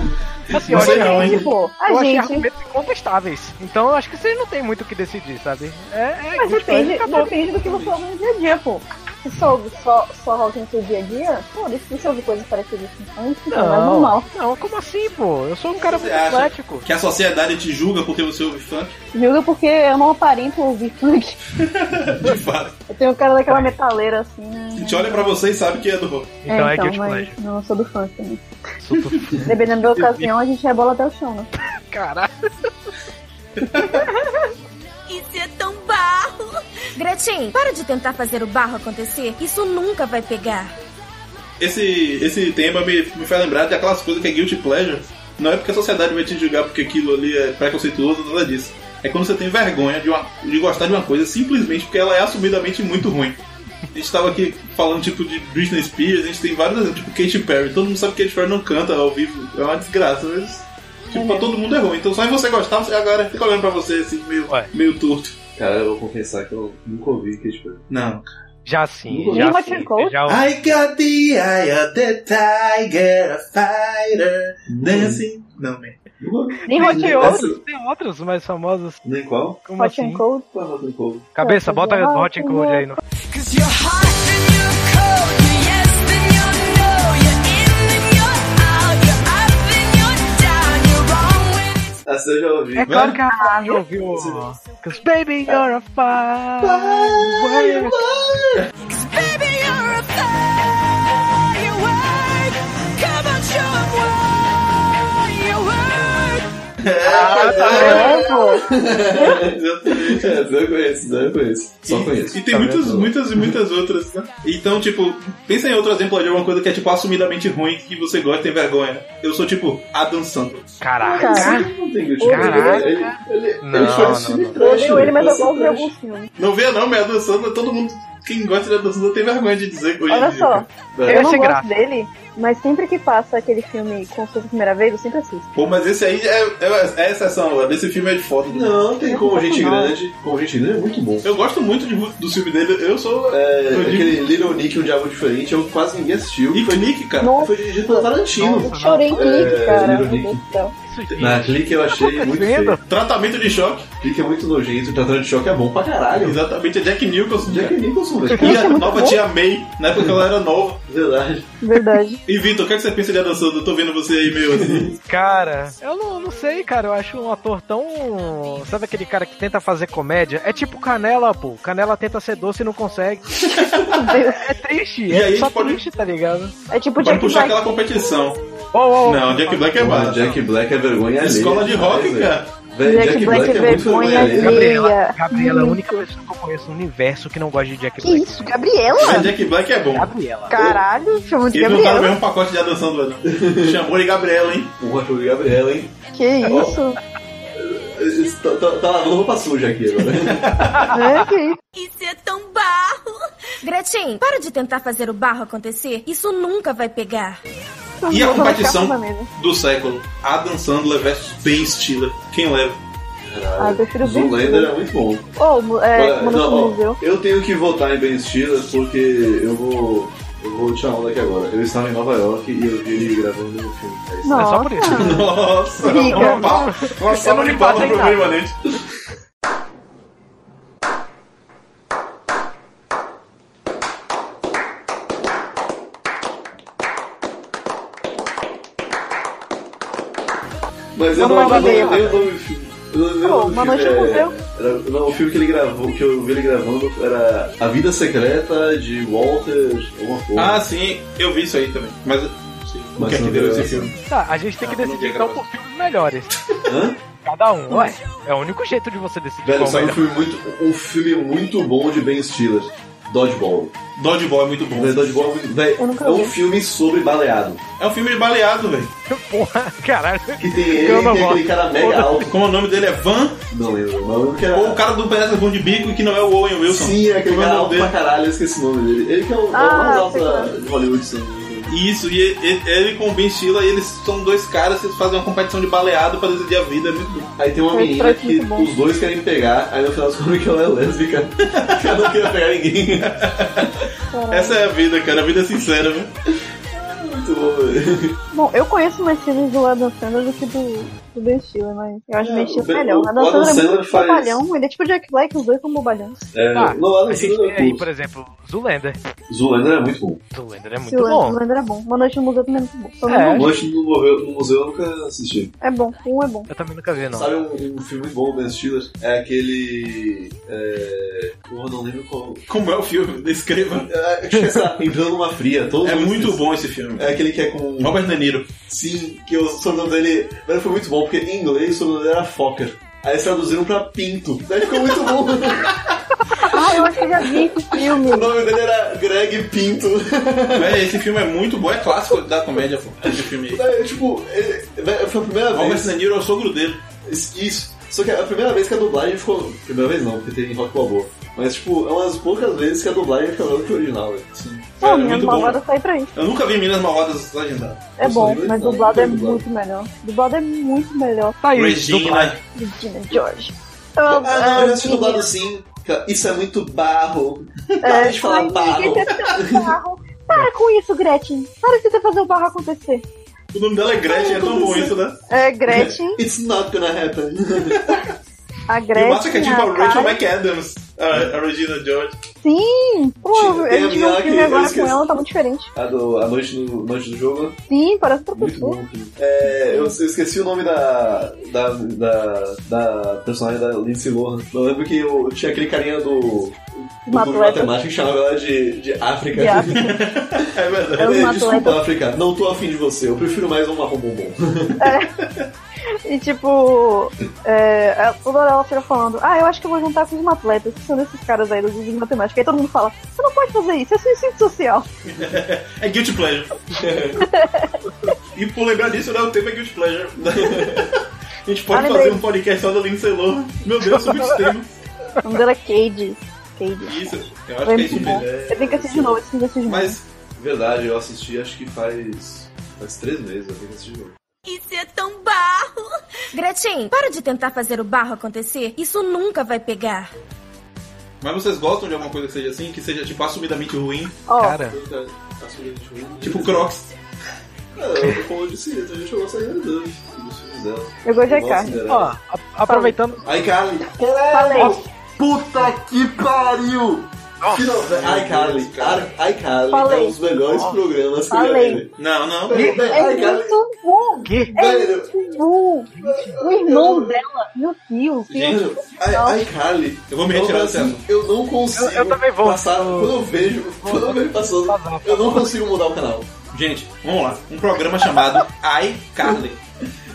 S3: Assim, eu
S1: Não
S3: acho
S1: sei
S3: que
S1: não, hein?
S2: Tipo, a
S3: eu achei
S2: gente.
S3: argumentos incontestáveis. Então eu acho que vocês não tem muito o que decidir, sabe? É, é
S2: Mas
S3: good
S2: depende,
S3: friends, acabou.
S2: depende do que você ouve no dia a dia, pô. Se você ouve só, só rock no seu dia a dia, pô, se você ouve coisas parecidas com funk, então é normal.
S3: não, como assim, pô? Eu sou um cara
S1: Você
S3: muito
S1: acha?
S3: eclético.
S1: Que a sociedade te julga porque você ouve funk,
S2: Julga porque eu não aparento ouvir funk.
S1: de fato.
S2: Eu tenho cara daquela metaleira assim. né?
S1: A gente olha pra você e sabe que é do rock.
S3: Então é, guilty
S2: mas
S3: pleasure.
S2: Não, eu sou do funk também.
S3: Sou do-
S2: Dependendo da ocasião, a gente rebola até o chão, né?
S3: Caralho.
S5: Isso é tão barro! Gretchen, para de tentar fazer o barro acontecer. Isso nunca vai pegar.
S1: Esse, esse tema me, me faz lembrar de aquelas coisas que é guilty pleasure. Não é porque a sociedade vai te julgar porque aquilo ali é preconceituoso, nada disso. É quando você tem vergonha de, uma, de gostar de uma coisa simplesmente porque ela é assumidamente muito ruim. A gente tava aqui falando tipo de Britney Spears, a gente tem vários exemplos, tipo Katy Perry. Todo mundo sabe que Katy Perry não canta ao vivo, é uma desgraça, mas tipo, pra todo mundo é ruim. Então só em você gostar, você, a galera fica olhando pra você assim, meio,
S3: Ué.
S1: meio torto.
S4: Cara, eu vou confessar que tipo, eu nunca ouvi Katy Perry.
S1: Não.
S3: Já sim,
S4: Nunca
S3: já
S2: ouvi. Hot
S3: sim.
S2: and Cold?
S3: Já ouvi.
S1: I got the eye of the tiger, a fighter,
S4: Hum.
S1: dancing. Não, man.
S4: Nunca-
S2: Nem
S3: Tem
S2: roteou.
S3: outros, tem outros mais famosos.
S4: Nem qual?
S3: Como
S2: Hot and
S3: assim?
S2: cold.
S4: Qual é o outro povo?
S3: Cabeça, bota
S2: Ah,
S3: Hot and Cold aí. No...
S4: Essa eu já ouvi.
S3: É claro que a gente ouviu. Cause baby, you're a fire.
S2: Ah, tá bom, pô.
S1: Exatamente.
S4: Essa eu conheço, essa eu conheço. Só conheço.
S1: E tem
S4: Tá
S1: muitas,
S4: vendo?
S1: muitas e muitas outras, né? Então, tipo, pensa em outro exemplo de alguma coisa que é, tipo, assumidamente ruim, que você gosta e tem vergonha. Eu sou, tipo, Adam Sandler.
S3: Caraca.
S2: Cara,
S4: Ele não tem Guilty Pleasure.
S2: né?
S3: Caraca.
S4: Tipo, Ele, ele,
S3: Não,
S4: ele faz
S3: não,
S4: filme
S3: não.
S2: Eu
S4: trash,
S2: odeio ele, mas eu
S4: faz
S2: gosto de
S4: trash.
S2: alguns filmes.
S1: Não vê não, mas Adam Sandler, todo mundo, quem gosta de Adam Sandler tem vergonha de dizer que hoje em
S2: Olha
S1: dia,
S2: só,
S1: cara.
S3: Esse
S2: eu não
S3: é
S2: gosto
S3: graça.
S2: dele, mas sempre que passa aquele filme com sua primeira vez, eu sempre assisto.
S1: Pô, mas esse aí é, é, é exceção, mano. Esse filme é de foda.
S4: Não,
S2: é
S4: tem como gente
S2: Não.
S4: grande. Como gente grande é muito bom.
S1: Eu gosto muito de, do filme dele, eu sou...
S4: É,
S1: Eu digo-
S4: aquele Little Nick, um diabo diferente, eu quase ninguém assistiu.
S1: E Clique, cara.
S2: Nossa,
S4: Foi dirigido pelo Tarantino.
S2: eu chorei em clique,
S4: É,
S2: cara.
S4: Little
S2: Meu Deus do céu.
S3: Isso aqui.
S4: Na Clique eu achei muito
S3: vendo?
S4: feio.
S1: Tratamento de choque.
S4: Clique é muito nojento, o tratamento de choque é bom pra caralho.
S1: Exatamente, é Jack Nicholson.
S4: Jack Nicholson,
S1: E
S4: velho.
S1: a nova
S2: bom.
S1: tia May, na época que ela era nova.
S4: Verdade.
S2: Verdade.
S1: E Vitor, o que, é que você pensa de Adam Sandler? Eu tô vendo você aí meio assim.
S3: Cara, eu não, não sei, cara. Eu acho um ator tão. Sabe aquele cara que tenta fazer comédia? É tipo Canela, pô. Canela tenta ser doce e não consegue. É triste,
S1: E
S3: é
S1: aí a
S3: só
S1: gente pode-
S3: triste, tá ligado?
S2: É tipo
S1: Pode
S2: Jack
S1: puxar
S2: Black.
S1: aquela competição.
S3: Oh, oh, oh.
S1: Não, Jack Black é
S4: Mano,
S1: baixo.
S4: Jack Black é vergonha
S1: Escola de
S4: alheia demais,
S1: rock,
S4: velho.
S1: cara.
S4: Velho, Jack, Black, é muito vergonha alheia.
S3: Gabriela, Gabriela é a única pessoa que eu conheço no universo que não gosta de Jack
S2: Que
S3: Black.
S2: isso, Gabriela?
S1: Mas Jack Black é bom.
S3: Gabriela.
S2: Caralho, chamou de
S1: Ele não tá no
S2: Ah. Gabriela.
S1: mesmo pacote de adoção do Adão. Chamou de Gabriela, hein?
S4: Porra, show de Gabriela, hein?
S2: Que isso?
S4: Isso Tá, tá, tá lavando roupa suja aqui agora.
S2: né? Que isso?
S5: Isso é tão barro! Gretchen, para de tentar fazer o barro acontecer. Isso nunca vai pegar.
S1: E a
S2: Vou colocar
S1: competição?
S2: na mesa.
S1: Do século. Adam Sandler versus Ben Stiller. Quem leva?
S2: Ah, eu prefiro o Ben
S4: Zoolander
S2: Stiller.
S4: é muito bom.
S2: Ou, é,
S4: Olha,
S2: Mano
S4: não,
S2: do
S4: ó,
S2: Museu.
S4: eu tenho que votar em Ben Stiller porque eu vou. Eu vou te chamar daqui agora. Eu estava em Nova York e eu vi ele gravando um filme. É
S3: É
S4: isso.
S2: Nossa.
S3: só por isso.
S1: Nossa,
S2: Diga.
S1: uma palma. Uma salva
S3: não
S1: de palmas
S3: empatei
S1: pro
S3: nada.
S1: permanente.
S4: Mas eu não,
S2: Mamãe
S4: eu não
S2: Odeia.
S4: lembro o nome do filme. Eu não lembro
S2: Pô,
S4: o nome do
S2: Mamãe
S4: filme,
S2: Chama
S4: é- era- não, o filme que ele gravou, que eu vi ele gravando, era A Vida Secreta de Walter, alguma coisa.
S1: Ah, sim, eu vi isso aí também. Mas sim, o
S4: Mas
S1: que é que
S4: não
S1: deu
S4: deu
S1: esse
S4: essa.
S1: filme?
S3: Tá, a gente tem
S1: Ah,
S3: que
S1: não
S3: decidir
S1: tem
S3: então
S1: graça.
S3: por filmes melhores.
S4: Hã?
S3: Cada um, ué. É o único jeito de você decidir
S4: Velho,
S3: qual é o
S4: sabe um
S3: melhor.
S4: filme muito. Um filme muito bom de Ben Stiller. Dodgeball.
S1: Dodgeball é muito bom.
S4: Velho, Dodgeball é muito- velho,
S2: Eu nunca
S4: é um
S2: vi.
S4: filme sobre baleado.
S1: É um filme de baleado, velho.
S3: Porra, caralho.
S4: Que tem ele,
S3: Eu não
S4: tem aquele
S3: gosto.
S4: cara mega alto.
S1: Como o nome dele é Van,
S4: Não lembro, mas eu lembro que era.
S1: ou o cara do Pedaço de Bico, que não é o Owen Wilson.
S4: Sim, é aquele
S1: Como é o
S4: cara
S1: nome
S4: alto
S1: dele?
S4: pra caralho, eu esqueci o nome dele. Ele que é o, é o
S2: Ah,
S4: mais
S2: sei
S4: alto
S2: lá.
S4: da- de Hollywood, se eu não me engano.
S1: Isso, e ele, ele com o Ben Stiller, eles são dois caras que fazem uma competição de baleado pra decidir a vida. É muito bom.
S4: Aí tem uma
S2: Foi
S4: menina
S2: trote
S4: que
S2: muito bom.
S4: os dois querem pegar, aí no final descobre que ela é lésbica. Ela não queria pegar ninguém. É
S1: Essa é a vida, cara. A vida é sincera, viu?
S4: Muito bom, velho.
S2: Bom, eu conheço mais filmes do Adam Sandler do que do, do Ben Stiller, mas eu acho
S4: É,
S2: Ben
S4: o
S2: Stiller
S4: Ben-
S2: melhor.
S4: o
S2: Adam Sandler é
S4: Adam
S2: muito
S4: Sandler faz-
S2: bobalhão, ele é tipo Jack Black, os dois são bobalhão.
S4: É,
S3: Tá,
S4: não, lá
S3: A
S4: no
S3: gente
S4: cinema
S3: tem aí,
S4: é
S3: por exemplo, Zulander.
S4: Zoolander é muito bom.
S3: Zulander é
S2: Se
S3: muito
S2: o
S3: bom.
S2: Adam Sandler é bom. Uma Noite no Museu também é muito bom. Todo
S3: É.
S2: mundo
S4: Noite no Museu, no museu eu nunca assisti.
S2: é bom, um é bom.
S3: Eu também nunca vi, não.
S4: Sabe um, um filme bom do Ben Stiller? É aquele. É... Porra, não lembro qual.
S1: Como é o filme? Descreva.
S4: É, acho que é, sei lá, Entrando numa fria. Todo
S1: É
S4: mundo
S1: muito
S4: esquece.
S1: bom esse filme.
S4: É aquele que é com.
S1: Robert De Niro.
S4: Sim, que o sobrenome dele velho, foi muito bom, porque em inglês o sobrenome dele era Fokker. Aí eles traduziram pra Pinto. Daí ficou muito bom.
S2: Ah, eu acho que eu já vi esse filme.
S4: o nome dele era Greg Pinto.
S1: Véi, esse filme é muito bom, é clássico da comédia, pô. Esse filme aí.
S4: Daí, tipo, ele- velho, foi a primeira
S1: Robert
S4: vez.
S1: De Niro é o sogro dele.
S4: Isso. Só que a primeira vez que a dublagem ficou. Primeira vez não, porque tem Rock Balboa. Mas, tipo, é umas poucas vezes que a dublagem fica melhor que o original, né? velho.
S2: Pô,
S1: É
S2: Minhas
S1: muito bom.
S2: Malvadas sai pra isso.
S1: Eu nunca vi Minas Malvadas legendadas.
S2: É
S4: Eu só
S2: bom,
S4: vi
S2: mas
S4: dublado,
S2: dublado é
S4: não vi dublado.
S2: muito melhor. Dublado é muito melhor.
S3: Tá aí, dublagem.
S1: Regina.
S2: Regina George.
S4: Ah, não, eu já assisti dublado sim. Cara, Isso é muito barro.
S2: É,
S4: Para de falar barro.
S2: barro. Para com isso, Gretchen. Para de tentar fazer o barro acontecer.
S1: O nome dela é Gretchen, é tão bom isso, né?
S2: É, Gretchen,
S4: It's not gonna happen.
S2: a
S1: E o
S2: Gretchen.
S1: massa que é tipo a
S2: a
S1: Rachel
S2: Karen.
S1: McAdams, Ah, a, a Regina George.
S2: Sim! Pô, eu
S4: Tem a
S2: tive um
S4: menina que
S2: filme
S4: eu
S2: agora com
S1: é
S4: esqueci.
S2: ela, tá muito diferente.
S4: a, do, a noite, no, noite do jogo,
S2: Sim, parece outra
S4: Muito
S2: pessoa.
S4: bom. É, eu, eu esqueci o nome da, da, da, da personagem da Lindsay Lohan. Eu lembro que eu tinha aquele carinha do. Do
S2: Uma
S4: clube de
S2: atleta.
S4: matemática que chamava ela de, de África.
S2: De
S1: É verdade.
S2: É uma
S4: Desculpa,
S2: atleta.
S4: África, não tô afim de você. Eu prefiro mais um marrom bombom.
S2: E tipo, é, ela- toda hora ela fica falando, ah, eu acho que eu vou juntar com os atletas, que são desses caras aí do Google de matemática. Aí todo mundo fala, você não pode fazer isso, é suicídio social.
S1: É Guilty Pleasure. e por lembrar disso, né, o tema é Guilty Pleasure. A gente pode
S2: Ah, lembrei.
S1: fazer um podcast só do Lindsay Lohan. Meu Deus, sobre esse tema.
S2: O nome dela é Cade. Cade.
S1: Isso, eu acho
S2: Foi
S1: que é isso
S2: muito bom.
S1: mesmo.
S2: Eu tenho que assistir de novo, eu tenho que assistir de novo.
S1: Mas
S4: Verdade, eu assisti acho que faz. faz três meses, eu tenho que assistir de novo.
S5: Isso é tão barro! Gretchen, para de tentar fazer o barro acontecer. Isso nunca vai pegar.
S1: Mas vocês gostam de alguma coisa que seja assim? Que seja, tipo, assumidamente ruim?
S2: Ó,
S3: Cara,
S1: Tipo Crocs.
S4: É, como eu disse, a gente gosta de dos filmes dela.
S2: eu gosto de
S4: Nossa,
S2: iCarly.
S4: cara.
S3: ó, a- aproveitando.
S4: Ai, Carly!
S2: Falei.
S4: Puta que pariu! Finalmente, iCarly, cara, iCarly
S2: Falei.
S4: é um dos melhores programas que
S2: Falei.
S4: eu já vi.
S1: Não, não.
S4: Velho,
S2: É
S4: iCarly,
S2: muito bom!
S3: Que?
S2: É
S4: Velho.
S2: muito bom! O irmão dela, meu Deus,
S4: Gente,
S2: Deus.
S4: i- iCarly.
S1: Eu vou me retirar
S4: não,
S1: dessa.
S4: assim, Eu não consigo
S3: Eu- eu também vou. Tá
S4: passar.
S3: Eu-
S4: Quando eu vejo, quando eu vejo passando,
S3: Vazar.
S4: eu não consigo mudar o canal.
S1: Gente, vamos lá. Um programa chamado iCarly.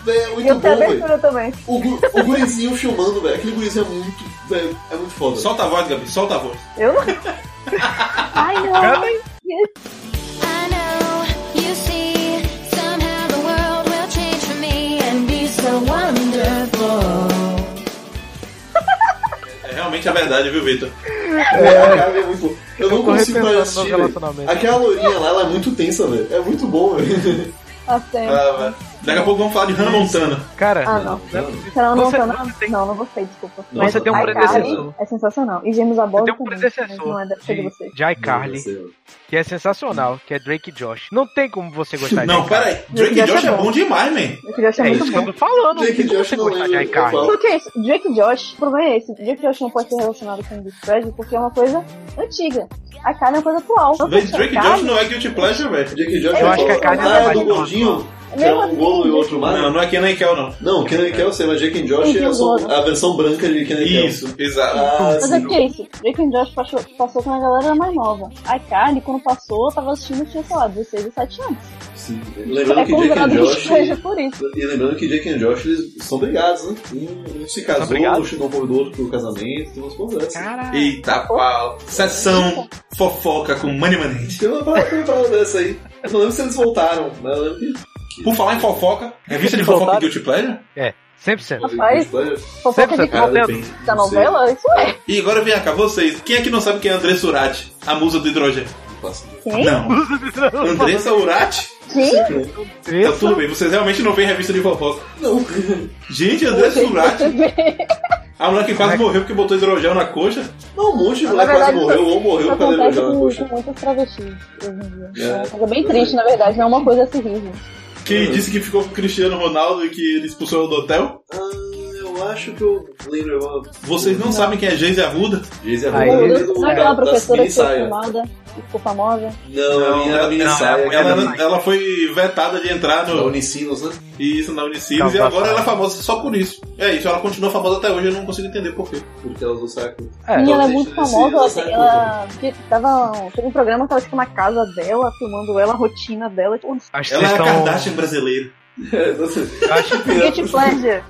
S4: Véi, é muito
S2: eu tenho
S4: bom, velho.
S2: abertura também.
S4: O, gu- o gurizinho filmando, velho. Aquele gurizinho é muito. Velho, é muito foda.
S1: Solta a voz, Gabi, solta a voz.
S2: Eu não. Ai, não.
S6: I know you see somehow the world will change for me and be so wonderful.
S1: É realmente a verdade, viu, Vitor?
S4: É, a Gabi é muito bom. Eu não
S3: tô
S4: consigo mais
S3: repensando
S4: assistir.
S3: meus
S4: velho.
S3: relacionamentos.
S4: Aquela lourinha lá, ela é muito tensa, velho. É muito bom, velho.
S2: Assim.
S1: Ah, Daqui a pouco vamos falar de Hannah Montana.
S3: Cara,
S2: Ah, não.
S4: Não,
S2: Não, não,
S3: Você-
S2: não, não,
S3: você tem-
S2: não, não gostei, desculpa.
S4: Não, você tem um
S2: iCarly
S3: predecessor.
S2: É sensacional. E James Above
S3: tem um
S2: também,
S3: predecessor
S2: Não é da de
S3: de,
S2: vocês.
S3: de iCarly, que é sensacional, que é Drake e Josh. Não tem como você
S2: Tá
S3: gostar
S1: Não,
S3: de
S1: peraí. Drake e
S2: Drake
S1: Josh
S2: é
S1: é
S2: bom.
S1: bom demais, man.
S2: Eu queria achar
S3: É
S2: muito
S3: isso que eu
S2: bom.
S3: tô falando.
S4: Drake e
S3: Não tem como
S4: Josh
S3: você
S4: não
S3: gostar de
S4: lembro, eu
S3: iCarly.
S4: falo.
S2: Só que é isso, Drake e Josh, o problema é esse, Drake e Josh não pode ser relacionado com o Big Fred porque é uma coisa antiga. A Carly é uma coisa atual. Tanto
S1: Mas
S2: que a
S1: Drake e
S2: Carly-
S1: Josh não é Guilty Pleasure, velho.
S4: Jake Josh
S2: Eu acho que a
S4: cara
S2: Carly vai
S4: ah, é do
S2: mais
S4: gordinho, que é
S2: Mesmo
S4: um golo e
S2: assim,
S4: outro
S1: Não,
S4: mar.
S1: não é Kenan e Kel, não.
S4: Não, Kenan e Kel, você mas Jake and Josh
S2: Sim,
S4: é
S2: sim,
S4: só
S2: golo.
S4: a versão branca de Kenan e Kel.
S1: Isso, exato.
S4: Ah,
S2: Mas é
S1: assim,
S4: sim.
S2: porque é isso, Drake and Josh passou, passou com a galera mais nova. A Carly, quando passou, eu tava assistindo, tinha, sei lá, 16, 17 anos.
S4: sim.
S2: É
S4: Lembrando que Jake and
S2: considerado Big
S4: Josh...
S2: Fred por isso.
S4: E lembrando que Jake and Josh, eles são brigados, né? Um, um se casou,
S3: brigados?
S4: outro chegou um convidou outro pro casamento, tem umas conversas.
S3: Caralho.
S1: Eita pau. Sessão fofoca com Money Manente.
S4: Tem uma parada, tem uma parada dessa aí. Eu não lembro se eles voltaram, mas eu lembro que...
S1: Por falar em fofoca, revista de fofoca e Guilty Pleasure?
S3: É, 100%.
S2: Rapaz, Fofoca de
S3: Sempre
S4: Cara,
S2: cara
S3: Não,
S4: depende,
S2: da
S4: não sei.
S2: novela? Isso é.
S1: E agora vem cá, vocês. Quem é que não sabe quem é Andressa Urati, a musa do hidrogênio?
S4: Não faço ideia.
S2: Quem?
S1: Não. Andressa Urati?
S2: Quem?
S1: Então, tudo bem, vocês realmente não veem revista de fofoca.
S4: Não.
S1: Gente, Andressa Urati, a mulher que quase
S3: Como é que-
S1: morreu porque botou hidrogel na coxa.
S4: Não, um monte de
S2: Na
S4: mulher quase
S2: verdade,
S4: morreu, ou
S2: Isso
S4: morreu quando ele
S2: acontece
S4: beijou na
S2: com,
S4: coxa.
S2: com muitas travestis hoje em dia.
S4: É.
S2: É uma coisa bem triste, na verdade, não é uma coisa a se rir. gente.
S1: Que
S4: Uhum.
S1: disse que ficou com o Cristiano Ronaldo e que ele expulsou ela do hotel.
S4: Ah, eu acho que eu lembro agora.
S1: Vocês não, sabem quem é Geise Arruda?
S4: Geise
S3: Aí,
S4: Arruda,
S3: Não,
S4: né, do-
S2: Não é aquela
S4: da- das
S2: professora que foi
S4: minissaia.
S2: filmada, que ficou famosa?
S4: né? Não, a menina da mini
S3: não,
S4: saia.
S3: é a
S4: aquela
S3: mulher
S1: Ela, é. ela foi vetada de entrar
S4: da
S1: no
S4: Unicinos, né?
S1: isso na Unicinos
S3: Calma,
S1: e agora
S3: calma.
S1: ela é famosa só por isso. É isso, ela continua famosa até hoje, eu não consigo entender por quê.
S4: Porque ela usou saco.
S3: É,
S2: e ela é
S4: gente,
S2: muito
S4: esse-
S2: famosa, ela,
S4: essa é a
S2: ela que tava, teve um programa que ela ficou na casa dela, filmando ela, a rotina dela. Tipo,
S3: Acho que
S1: Ela
S3: vocês
S1: é a
S3: estão.
S1: Kardashian brasileira.
S3: Acho que
S2: Guilty Pleasure.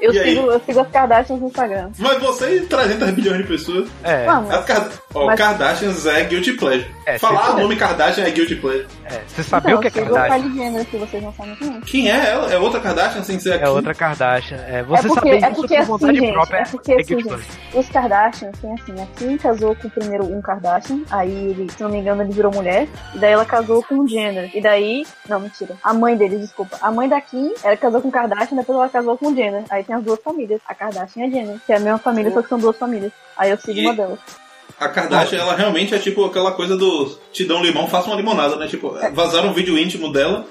S2: Eu
S1: E aí?
S2: sigo, eu sigo as Kardashians no Instagram.
S1: Mas você e 300 bilhões de pessoas.
S3: é.
S2: Vamos.
S1: As Kard... ó,
S2: Mas-
S1: Kardashians é guilty pleasure.
S3: É,
S1: Falar
S3: sim.
S1: o nome Kardashian é guilty pleasure.
S3: É, você sabia
S2: Então,
S3: o que é
S2: eu sigo
S3: Kardashian?
S2: a Kylie Jenner, que vocês não sabem quem é.
S1: Quem é ela? É outra Kardashian sem ser aqui?
S3: É outra Kardashian. É, você
S2: é porque,
S3: saber
S2: é
S3: disso
S2: porque
S3: por
S2: assim,
S3: vontade
S2: gente,
S3: própria
S2: é porque
S3: é
S2: assim,
S3: guilty
S2: gente,
S3: pleasure.
S2: os Kardashians tem assim, a Kim casou com primeiro um Kardashian, aí ele, se não me engano, ele virou mulher, e daí ela casou com o Jenner. E daí, não, mentira, a mãe dele, desculpa. A mãe da Kim, ela casou com o Kardashian, depois ela casou com o Jenner. Aí tem as duas famílias, a Kardashian e a Jenner, que é a mesma família, só que são duas famílias. Aí eu sigo
S1: E-
S2: uma delas.
S1: A Kardashian, ela realmente é tipo aquela coisa do te dão um limão, faça uma limonada, né? Tipo,
S3: É.
S1: vazaram um vídeo íntimo dela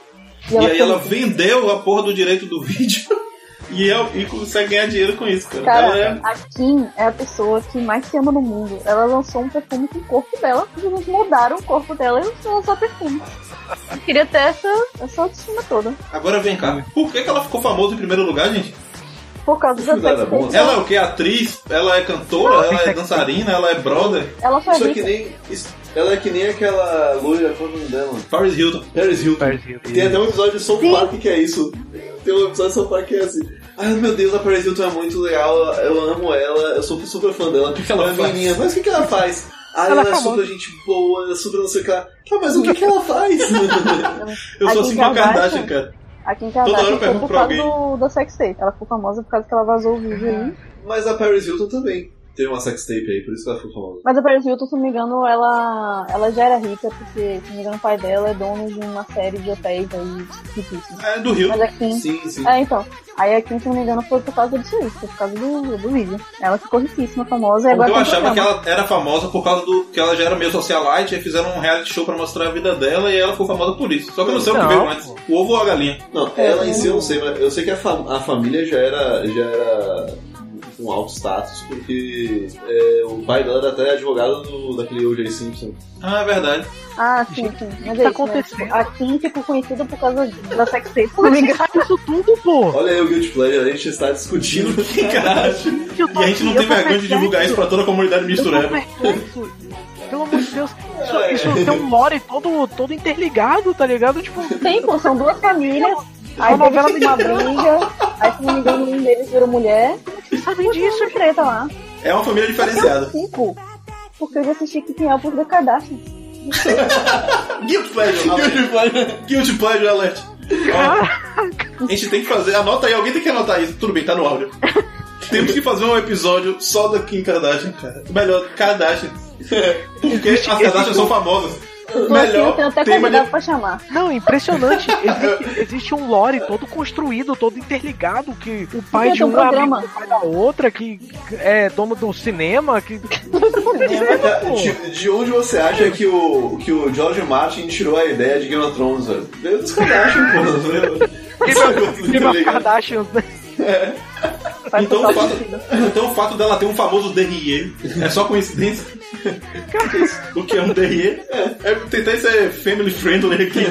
S1: e aí
S2: fica-
S1: ela vendeu a porra do direito do vídeo e, é, e consegue ganhar dinheiro com isso, cara. Ela é-
S2: Cara, a Kim é a pessoa que mais se ama no mundo. Ela lançou um perfume com o corpo dela, as pessoas mudaram o corpo dela e lançou lançou perfume. Eu queria ter essa, essa autoestima toda.
S1: Agora vem cá. Por que, que ela ficou famosa em primeiro lugar, gente?
S2: Por causa
S4: Isso
S2: do
S4: nada bom,
S2: sexo.
S4: né?
S1: Ela é o que? Atriz? Ela é cantora? ela é dançarina? Ela é brother?
S2: Ela foi
S4: Isso é que
S2: rica.
S4: nem. isso- Ela é que nem aquela loira, qual é o nome dela?
S1: Paris Hilton.
S4: Paris Hilton. Tem até um episódio de South
S2: Sim.
S4: Park que é isso. Tem um episódio de South Park que é assim. Ai meu Deus, a Paris Hilton é muito legal, eu amo ela, eu sou super fã dela. O que,
S1: ela
S4: ela é
S1: faz?
S4: menina, mas o que, que ela faz? Ah,
S3: Ela
S4: ela,
S3: é
S4: é
S3: famosa.
S4: super gente boa, ela é super não sei o que lá. Tá, mas o que, que ela faz?
S1: Eu sou
S2: Aqui
S1: assim
S2: em
S1: com a Kardashian,
S2: Kardashian.
S1: cara.
S2: A Kim
S1: Toda hora eu
S2: Kardashian foi
S1: pergunto
S2: por
S1: pra
S2: causa do, da sex tape. Ela ficou famosa por causa que ela vazou o vídeo aí.
S4: mas a Paris Hilton também. Teve uma sextape aí, por isso que ela ficou famosa.
S2: Mas a Paris Hilton, se não me engano, ela, ela já era rica, porque, se não me engano, o pai dela é dono de uma série de hotéis aí riquíssimos.
S1: É do Hilton.
S2: Mas a Kim
S4: Sim, sim.
S2: É, então. Aí a Kim, se não me engano, foi por causa disso aí, foi por causa do, do vídeo. Ela ficou riquíssima, famosa, e agora
S1: Então Eu
S3: é
S2: tem um
S1: achava que
S2: programa.
S1: ela era famosa por causa do que ela já era meio socialite, aí fizeram um reality show pra mostrar a vida dela e ela ficou famosa por isso. Só que eu não sei o que
S3: Não,
S1: veio antes.
S3: Então, pô.
S1: O ovo ou a galinha?
S4: Não,
S2: É,
S4: ela em si eu não sei, mas eu sei que a, fam- a família já era, já era com alto status, porque é, o pai dela era até advogado do, daquele O.J. Simpson.
S1: Ah, é verdade.
S2: Ah, sim, sim. Mas
S3: que tá
S2: é isso, né?
S3: acontecendo?
S2: Tipo, a Kim ficou conhecida por causa da sex tape, se não me engano.
S3: isso tudo, pô.
S4: Olha aí o Guilty Pleasure, a gente está discutindo.
S1: Caralho.
S3: Gente, eu
S1: E
S3: tô
S1: a gente não tem
S3: aqui, eu tô
S1: vergonha de
S3: perplexo,
S1: divulgar isso pra toda a comunidade
S3: eu tô
S1: misturada.
S3: perplexo. Pelo amor de Deus, isso,
S4: É.
S3: isso tem um lore todo, todo interligado, tá ligado? Tipo,
S2: Tem, pô, são duas famílias. Aí teve uma briga, aí se não me engano, um deles virou mulher.
S3: Vocês sabem disso,
S2: Isso, treta lá.
S4: É uma família diferenciada.
S2: Cinco. Porque eu já assisti que tem álbum da Kardashian.
S4: Guilty pleasure, alert.
S1: Guilty pleasure.
S4: Guilty pleasure alert. Ó, a gente tem que fazer, anota aí, alguém tem que anotar isso. Tudo bem, tá no áudio. Temos que fazer um episódio só da Kim Kardashian, cara. Melhor, Kardashian. Porque as Kardashian são famosas.
S2: Eu tô aqui, eu tenho
S4: Melhor
S2: até
S4: tema
S2: convidado
S4: de...
S2: pra chamar.
S3: Não, é impressionante. Existe, existe um lore todo construído, todo interligado, que o pai
S2: Tem
S3: de
S2: um
S3: um é amigo
S2: programa.
S3: do pai da outra, que é dono do cinema, que. Pô.
S4: Tipo, De, de onde você acha que o, que o George Martin tirou a ideia de Game of Thrones, velho? Veio dos Kardashian, pô.
S3: Game
S4: Veio-
S3: of Kardashians, né?
S2: Faz
S4: Então
S3: tá
S2: total
S4: o, fato,
S2: sentido.
S4: então o fato dela ter um famoso DRE é só coincidência? o que é um DRE? É, é tentar ser family friendly aqui.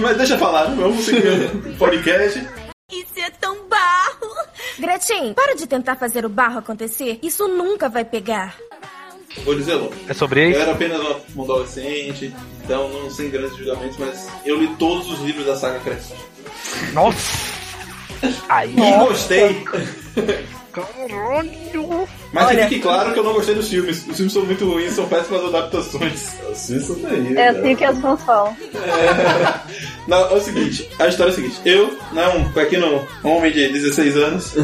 S4: Mas deixa eu falar, vamos seguir o podcast.
S5: Isso é tão barro! Gretchen, para de tentar fazer o barro acontecer. Isso nunca vai pegar.
S1: Vou dizer logo.
S3: É sobre
S1: Eu
S3: isso?
S1: era apenas um adolescente, então não sem grandes julgamentos, mas eu li todos os livros da saga Crescent.
S3: Nossa! Aí,
S1: E gostei.
S3: caralho!
S1: Mas
S2: Olha.
S1: fique claro que eu não gostei dos filmes. Os filmes são muito ruins, são péssimas adaptações.
S4: Assista daí.
S2: É assim que as fãs falam.
S1: Não, é o seguinte, a história é a seguinte. Eu, né, um pequeno homem de 16 anos,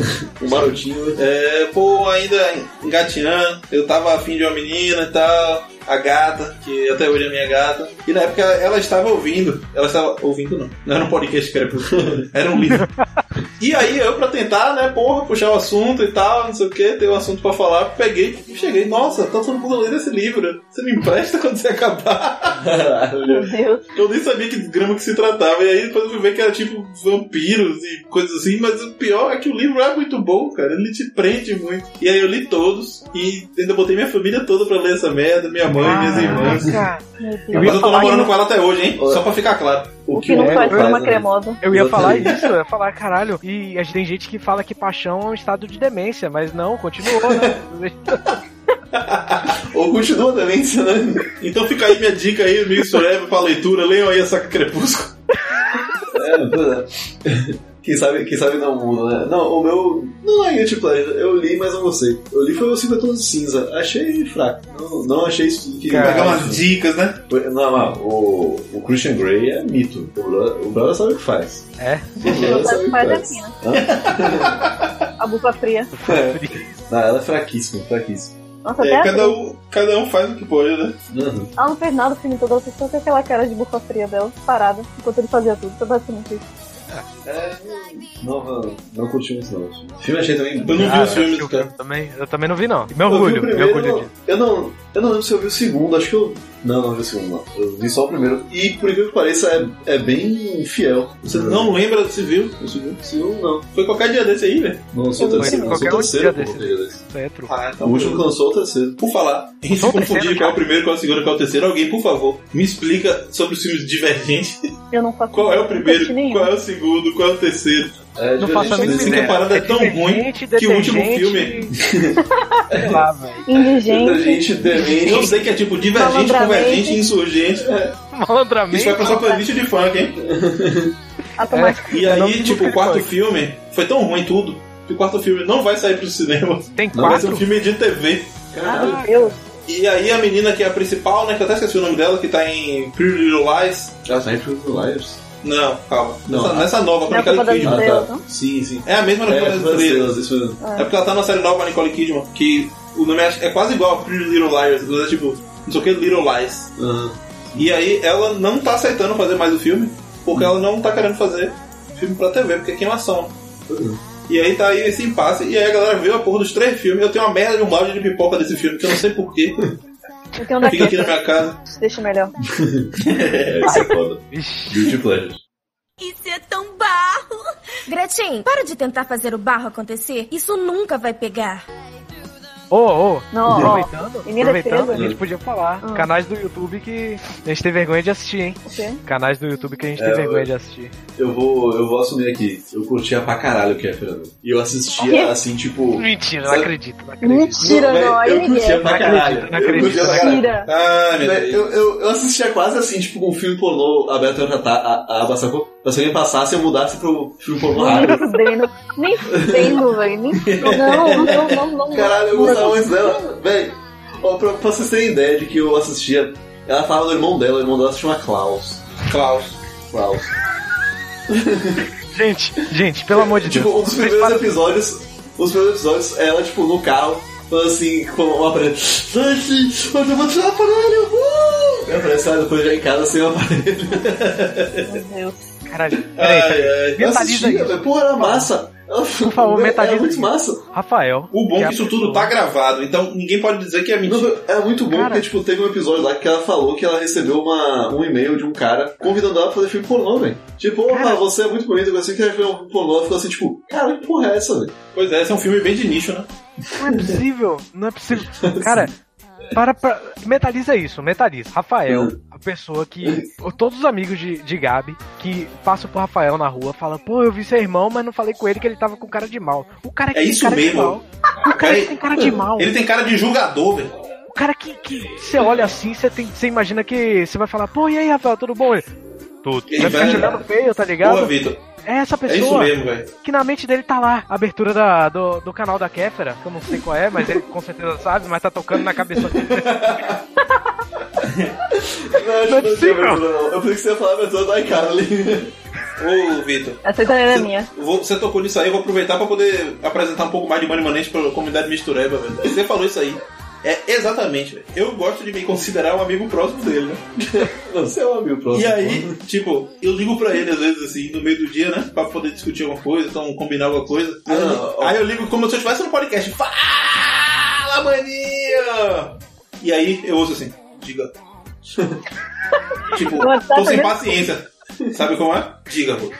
S4: Um marotinho.
S1: É, pô, ainda engatinhando, eu tava afim de uma menina e tal, a gata, que até hoje é minha gata. E na época ela estava ouvindo, ela estava ouvindo não, não era um podcast que era pro- era um livro. E aí eu pra tentar, né, porra, puxar o assunto e tal, não sei o que, ter um assunto pra falar, peguei e cheguei, nossa, tá todo mundo lendo esse livro, você me empresta quando você acabar?
S2: Meu Deus.
S1: Eu nem sabia que grama que se tratava, e aí depois eu fui ver que era tipo vampiros e coisas assim, mas o pior é que o livro é muito bom, cara, ele te prende muito. E aí eu li todos, e ainda botei minha família toda pra ler essa merda, minha mãe, minhas irmãs.
S3: Caraca.
S2: Meu
S3: Ah. Eu
S2: Deus.
S3: ia
S1: Mas eu tô
S3: falar
S1: namorando
S3: isso.
S1: com ela até hoje, hein? Só pra ficar claro.
S2: O que não
S4: Ego
S2: faz uma
S4: né?
S2: cremosa.
S3: Eu ia
S4: Exatamente.
S3: falar isso, eu ia falar caralho. E a gente- tem gente que fala que paixão é um estado de demência, mas não, continuou, né?
S1: Ou continua também ensinando. Então fica aí minha dica aí, amigo Soreva, pra leitura, leiam aí a Saca Crepúsculo.
S4: É, pois é. Quem sabe, quem sabe não muda, né? Não, o meu. Não é Guilty Pleasure. Eu li, mas não gostei. Eu li foi o 50 Tons de Cinza. Achei fraco. Não, não achei isso tudo que.
S1: Pegar umas dicas, né?
S4: Não, não, o, o Christian Grey é mito. O Bro- o brother sabe o que faz.
S3: É?
S4: O
S2: Eu
S4: brother
S2: não
S4: sabe
S2: sabe
S4: o que
S2: faz
S4: faz.
S2: assim, né?
S4: Hã?
S2: A bufa fria.
S4: Não, ela é fraquíssima, fraquíssima.
S2: Nossa, até
S1: É,
S2: a
S1: cada um, cada um faz o que pode, né?
S4: Uhum.
S2: Ela não fez nada o filme todo, ela só com aquela cara de bufa fria dela, parada, enquanto ele fazia tudo. Tô basicamente isso.
S4: Não, não, não curti muito não. O filme achei também.
S1: Eu não vi os filmes,
S3: Ah, eu,
S1: cara.
S3: também, eu também não vi, não. Meu
S4: Eu vi
S3: orgulho,
S4: o
S3: meu
S4: primeiro,
S3: orgulho disso.
S4: eu não, eu não lembro se eu vi o segundo, acho que eu. Não, não vi o segundo, não. Eu vi só o primeiro. E por incrível que pareça, é, é bem fiel.
S1: Você não lembra se viu? Se viu?
S4: O segundo não.
S1: Foi qualquer dia desse aí, velho.
S4: Não lançou
S2: Eu
S4: o
S2: não
S4: terceiro,
S2: sei,
S4: lançou
S3: qualquer
S4: o
S3: um
S4: terceiro.
S3: dia
S4: pô, desse.
S3: Isso aí é truque.
S1: Ah, então
S4: O último que lançou é o terceiro.
S1: Por falar, em se
S3: Só o
S1: confundir
S3: terceiro
S1: qual é o
S3: já.
S1: primeiro, qual é o segundo, qual é o terceiro, alguém, por favor, me explica sobre os filmes divergentes.
S2: Eu não faço
S1: Qual é o
S2: nunca
S1: primeiro,
S2: assisti nenhum.
S1: qual é o segundo, qual é o terceiro.
S4: É,
S3: Não
S4: diferente
S3: faço a
S4: também.
S3: mínima
S1: Dizem que
S3: ideia.
S1: a parada é tão ruim.
S3: Detergente,
S1: que o último
S3: detergente- Sei lá, velho.
S1: tá,
S4: Muita
S2: Indigente.
S4: gente demente.
S1: Eu sei que é tipo divergente,
S2: Malandramente.
S1: convergente, insurgente. Isso
S4: É.
S3: Malandramente.
S1: vai pra sua playlist de funk, hein?
S2: A tomate
S1: E
S3: É nome
S1: aí,
S3: de
S1: tipo,
S3: música
S1: o
S3: de
S1: quarto
S3: funk.
S1: filme foi tão ruim tudo que o quarto filme não vai sair pro cinema.
S3: Tem
S1: Vai ser um
S3: quatro?
S1: filme de TV.
S2: Ah, meu Deus.
S1: E aí a menina que é a principal, né? Que eu até esqueci o nome dela, que tá em Pretty Little Lies.
S4: Ah, Sempre os Liars.
S1: Não, calma.
S4: Não.
S1: Nessa, nessa nova, com
S2: Não é
S1: a Nicole
S2: culpa das
S1: Kidman.
S2: mulheres. Deus,
S4: tá.
S2: não?
S4: Sim, sim.
S1: É a mesma
S4: É,
S1: Nicole das
S4: foi
S1: Estrelas.
S4: estrelas, isso mesmo.
S1: É porque ela tá na série nova Nicole Kidman, que o nome é é quase igual a Pretty Little Liars, mas é tipo, não sei o que, Little Lies.
S4: Aham.
S1: E aí ela não tá aceitando fazer mais o filme, porque ela não tá querendo fazer filme pra TV, porque é queimação. E aí tá aí esse impasse, e aí a galera viu a porra dos três filmes, eu tenho uma merda de um balde de pipoca desse filme, que eu não sei porquê,
S2: Eu tenho um
S1: fica aqui na
S2: daqui.
S1: minha casa.
S2: Deixa melhor.
S4: É, isso é foda.
S3: Ixi.
S4: Guilty Pleasure.
S5: Isso é tão barro! Gretchen, para de tentar fazer o barro acontecer. Isso nunca vai pegar.
S3: Ô, ô.
S2: Não, ó,
S3: aproveitando,
S2: em minha
S3: aproveitando a
S2: defesa-
S3: gente podia falar.
S2: Hum.
S3: Canais do YouTube que a gente tem vergonha de assistir, hein?
S2: O quê?
S3: Canais do YouTube que a gente
S4: É,
S3: tem vergonha
S4: eu-
S3: de assistir.
S4: Eu vou, eu vou assumir aqui. Eu curtia pra caralho o que é, Fernando. E eu assistia assim, tipo.
S3: Mentira, não
S4: Sabe-
S3: acredito, não acredito.
S2: Mentira,
S4: Não, velho,
S2: não. Aí
S4: Eu curtia
S2: ninguém.
S4: pra
S3: Não acredito,
S4: caralho.
S3: não
S4: Eu
S3: acredito,
S4: curtia pra caralho.
S2: Mentira.
S1: Ah, meu
S4: Velho,
S1: Deus.
S4: Eu, eu, eu assistia quase assim, tipo, com um filme pornô aberto a, a, a, a abastar com Mas se alguém passasse, eu mudasse pro filme
S2: Nem
S4: popular.
S2: fudendo, nem fudendo, velho. Nem fudendo. Não, não, não, não, não.
S4: Caralho, eu
S2: não.
S1: um
S4: gostava muito dela. Véi, ó, pra, pra vocês terem ideia de que eu assistia, ela fala do irmão dela, o irmão dela se chama Klaus.
S1: Klaus.
S4: Klaus.
S3: Gente, gente, pelo amor de
S4: Tipo,
S3: Deus.
S4: um dos primeiros episódios, os primeiros episódios, ela, tipo, no carro, falando assim, com uma aparelho. Gente, hoje eu vou tirar o aparelho! Uh! Eu falei, sabe, depois já em casa sem o aparelho.
S2: Meu Deus.
S1: Tipo,
S3: Caralho, peraí,
S1: é,
S3: peraí.
S4: Ai, ai. Eu
S3: Mentaliza
S4: assistia,
S3: isso.
S4: velho. Pô, era massa. Por
S3: favor,
S4: Era
S3: mentaliza
S4: muito
S3: isso.
S4: massa.
S3: Rafael.
S1: O bom é
S3: a
S1: que isso tudo tá gravado, então ninguém pode dizer que é mentira.
S4: Não, é muito bom
S3: Cara.
S4: porque, tipo, teve um episódio lá que ela falou que ela recebeu uma, um e-mail de um cara convidando ela pra fazer filme pornô, velho. Tipo, opa,
S3: Cara.
S4: você é muito bonito, eu gostei que ela fez um filme pornô. Ela ficou assim, tipo, cara, que porra é essa, velho?
S1: Pois é, esse é um filme bem de nicho, né?
S3: Não é possível, não é possível. Cara, para pra. Mentaliza isso, mentaliza. Rafael, a pessoa que. Todos os amigos de, de Gabi que passam por Rafael na rua falam, pô, eu vi seu irmão, mas não falei com ele que ele tava com cara de mal. O cara que
S1: É
S3: tem
S1: isso
S3: cara de
S1: mesmo. É
S3: mal. O cara que tem cara Tá de mal.
S1: Ele tem cara de julgador, velho.
S3: O cara que, que você olha assim, você tem. Você imagina que você vai falar, pô, e aí, Rafael, tudo bom? Ele, tudo.
S1: Ele
S3: Vai ficar
S1: vai-
S3: tirando feio, tá
S1: Porra,
S3: ligado?
S1: Vitor.
S3: É essa
S1: É isso
S3: pessoa
S1: mesmo, velho.
S3: que na mente dele tá lá. A abertura da- do, do canal da Kéfera, que eu não sei qual é, mas ele com certeza sabe, mas tá tocando na cabeça dele.
S4: Não,
S3: Não é
S4: eu não tinha
S3: possível.
S4: abertura, não. Eu pensei que você ia falar a abertura da iCarly.
S1: Ô, Vitor.
S2: Essa ideia era minha.
S1: Vou- Você tocou nisso aí, eu vou aproveitar pra poder apresentar um pouco mais de Mano Manente pra comunidade mistureba, velho. Você falou isso aí. É, exatamente, velho. Eu gosto de me considerar um amigo próximo dele, né?
S4: Não, você é um amigo próximo.
S1: E aí, tipo, eu ligo pra ele às vezes assim, no meio do dia, né? Pra poder discutir alguma coisa, então combinar alguma coisa. Aí, eu, ligo,
S4: Ah,
S1: aí eu ligo como se eu estivesse no podcast. Fala, maninho! E aí eu ouço assim, diga. tipo,
S2: Mas tá
S1: tô sem
S2: vendo?
S1: paciência. Sabe como é? Diga, pô.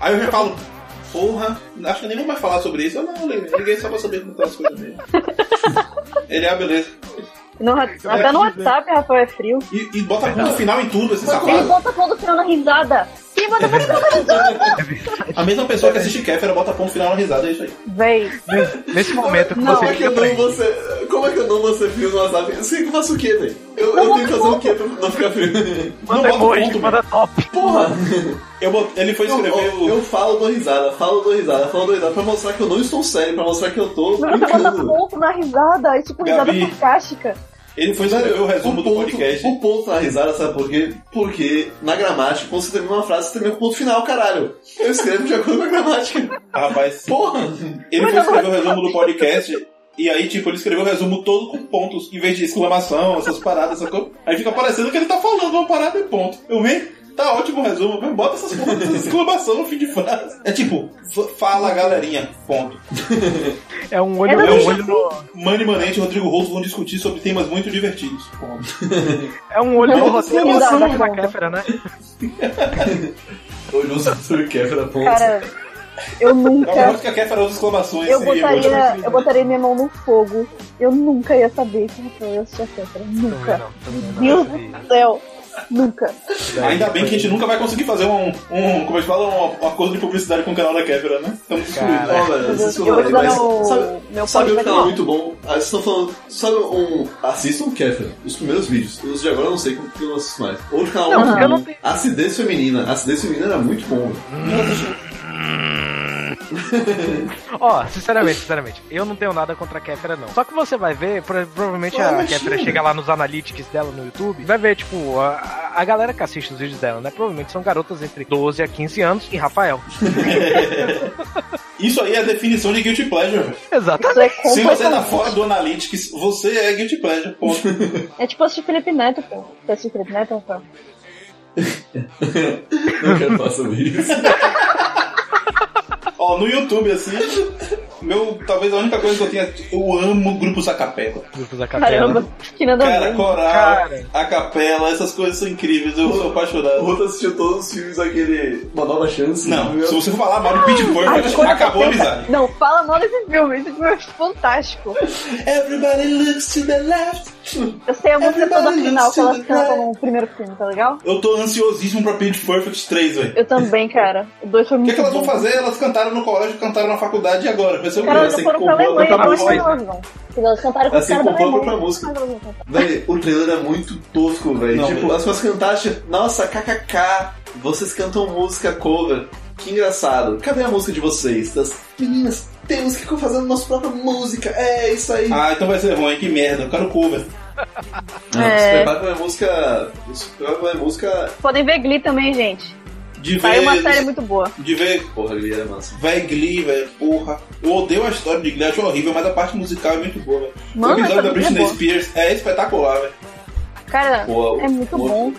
S1: Aí eu já falo, porra, acho que eu nem vou mais falar sobre isso. Eu não, eu liguei só pra saber como tá as coisas mesmo. ele, ah, beleza.
S2: No- até no WhatsApp, Rafael é frio.
S1: E, e bota ponto final em tudo, esse
S2: Ele
S1: safado.
S2: bota ponto final na risada. Ele bota ponto final na risada.
S1: A mesma pessoa
S4: É.
S1: que assiste Kéfera bota ponto final na risada, é isso aí.
S2: Véi,
S3: Nesse momento que
S2: Não,
S4: Como
S3: você
S4: é que
S3: fica
S4: eu não
S3: preso.
S4: vou ser. Como é que eu não vou ser frio no WhatsApp? Eu sei que eu faço o quê, velho? Eu, eu tenho que fazer o quê pra não ficar frio?
S3: Manda
S1: não bota
S3: emoji,
S1: ponto,
S3: manda top.
S4: Porra!
S1: Eu bot- ele foi
S4: Eu,
S1: escrever
S4: eu,
S1: o.
S4: eu falo, dou risada, falo, dou risada, falo, dou risada, pra mostrar que eu não estou sério, pra mostrar que eu tô
S2: você bota
S4: brincando.
S2: ponto na risada. É tipo risada
S1: Gabi.
S2: sarcástica.
S1: Ele foi escrever o resumo do
S4: ponto,
S1: podcast.
S4: O ponto na risada, sabe por quê? Porque na gramática, quando você termina uma frase, você termina com o ponto final, caralho. Eu escrevo de acordo com a gramática.
S1: Rapaz,
S4: Porra!
S1: ele foi escrever o
S3: tá
S1: resumo do podcast. E aí, tipo, ele escreveu o resumo todo com pontos, em vez de exclamação, essas paradas, essa coisa. Aí fica parecendo que ele tá falando uma parada e ponto. Eu vi? Tá ótimo o resumo, mas bota essas pontas, essas exclamação no fim de frase. É tipo, f- fala galerinha, ponto.
S3: É um olho,
S2: Ela
S3: é um
S1: deixa
S3: olho, no,
S1: Mani Manente e Rodrigo Routo vão discutir sobre temas muito divertidos. Ponto.
S3: é um olho no
S2: Ela
S3: roteiro
S2: deixa
S3: da,
S2: eu
S3: da,
S2: mudar,
S3: da
S2: tá bom.
S3: Kéfera, né?
S4: Olhou sobre quebra, ponto.
S2: Cara, eu
S1: Eu
S2: nunca...
S1: Tá acho que a é Kéfera usa exclamações.
S2: Eu
S1: e
S2: botaria,
S1: emoticons.
S2: eu botaria minha mão no fogo. Eu nunca ia saber que Rafael assistia Kéfera. Nunca. Meu Deus do céu. Nunca.
S1: Ainda bem que a gente nunca vai conseguir fazer um, um como a gente fala, um, um acordo de publicidade com o canal da Kevra, né? Estamos excluídos.
S4: Ó, velho, vocês
S2: Eu vou te
S4: falaram aí,
S2: dar
S4: mas
S2: meu-
S4: sabe-
S2: meu
S4: Sabe
S2: ponto
S4: um
S2: legal.
S4: canal muito bom? Ah, Vocês estão falando. Sabe um. Assistam o Kefir, os primeiros vídeos. Os de agora eu não sei porque eu não assisto mais. Outro canal
S3: Não,
S4: muito
S3: eu
S4: bom.
S3: não tenho-
S4: Acidez Feminina. Acidez Feminina era muito bom.
S3: Ó, sinceramente, sinceramente, eu não tenho nada contra a Kéfera, não. Só que você vai ver, pro- provavelmente
S1: Ah,
S3: a
S1: imagina.
S3: Kéfera chega lá nos analytics dela no YouTube, vai ver, tipo, a, a galera que assiste os vídeos dela, né? Provavelmente são garotas entre 12 a 15 anos e Rafael.
S1: Isso aí é a definição de guilty pleasure. velho.
S3: Exatamente.
S2: Isso é
S1: Se você tá
S2: completamente...
S1: fora do Analytics, você é guilty pleasure. Ponto.
S2: É tipo assistir Felipe Neto, pô. Você assistiu Felipe Neto, Rafael?
S4: Não quero falar sobre isso.
S1: Ó, no YouTube, assim, meu, talvez a única coisa que eu tenha. Eu amo grupos a capela.
S3: Grupos da
S2: Caramba,
S3: Capela.
S2: que nada a
S1: Cara,
S2: ver.
S1: coral,
S3: Cara.
S1: a capela, essas coisas são incríveis, eu sou
S4: O
S1: apaixonado.
S4: outro assistiu todos os filmes daquele. Uma nova chance.
S1: Não,
S4: Meu-
S1: se você for falar mal de Pit
S2: Ai,
S1: Perfect,
S2: quando
S1: acabou a
S2: você-
S1: amizade.
S2: Não, fala mal desse filme. Esse filme é fantástico.
S1: Everybody looks to the left.
S2: Eu sei a música toda
S1: Everybody
S2: final
S1: loves
S2: que elas
S1: to
S2: cantam no primeiro filme, tá legal?
S1: Eu tô ansiosíssimo pra Pit Perfect 3, velho.
S2: Eu também, cara. O dois foi
S1: O
S2: muito
S1: que, que elas vão
S2: bom.
S1: fazer? Elas cantaram no colégio, cantaram na faculdade e agora? Vai ser um o
S2: Cara,
S1: quê?
S2: elas
S4: Assim,
S2: foram pra
S4: com-
S2: Alemanha,
S4: com a
S2: pra onde
S3: voz.
S2: elas vão? Elas cantaram com
S4: Assim,
S2: o cara da
S4: com a própria
S2: Alemanha.
S4: música.
S2: Mas elas vão cantar.
S4: Véi, o trailer é muito tosco, velho.
S1: Não,
S4: Tipo,
S1: velho.
S4: as pessoas cantaram, tipo, nossa, kkk, vocês cantam música cover. Que engraçado. Cadê a música de vocês? Das meninas, temos que fazer a nossa própria música. É isso aí.
S1: Ah, então vai ser ruim, que merda. Eu quero cover.
S4: Não, Se
S2: É.
S4: prepara pra música. Se prepara pra é música.
S2: Podem ver Glee também, gente.
S1: De
S2: Saiu uma
S1: ver.
S2: série muito boa.
S1: De ver.
S4: Porra, ele era massa.
S1: Véi, Glee, velho, porra. Eu odeio a história de Glee, acho horrível, mas a parte musical é muito boa, velho. O
S2: Mano,
S1: episódio
S2: essa
S1: da
S2: Glee é
S1: Britney
S2: boa.
S1: Spears é espetacular, velho.
S2: Cara,
S4: Pô,
S2: é muito
S4: o-
S2: bom.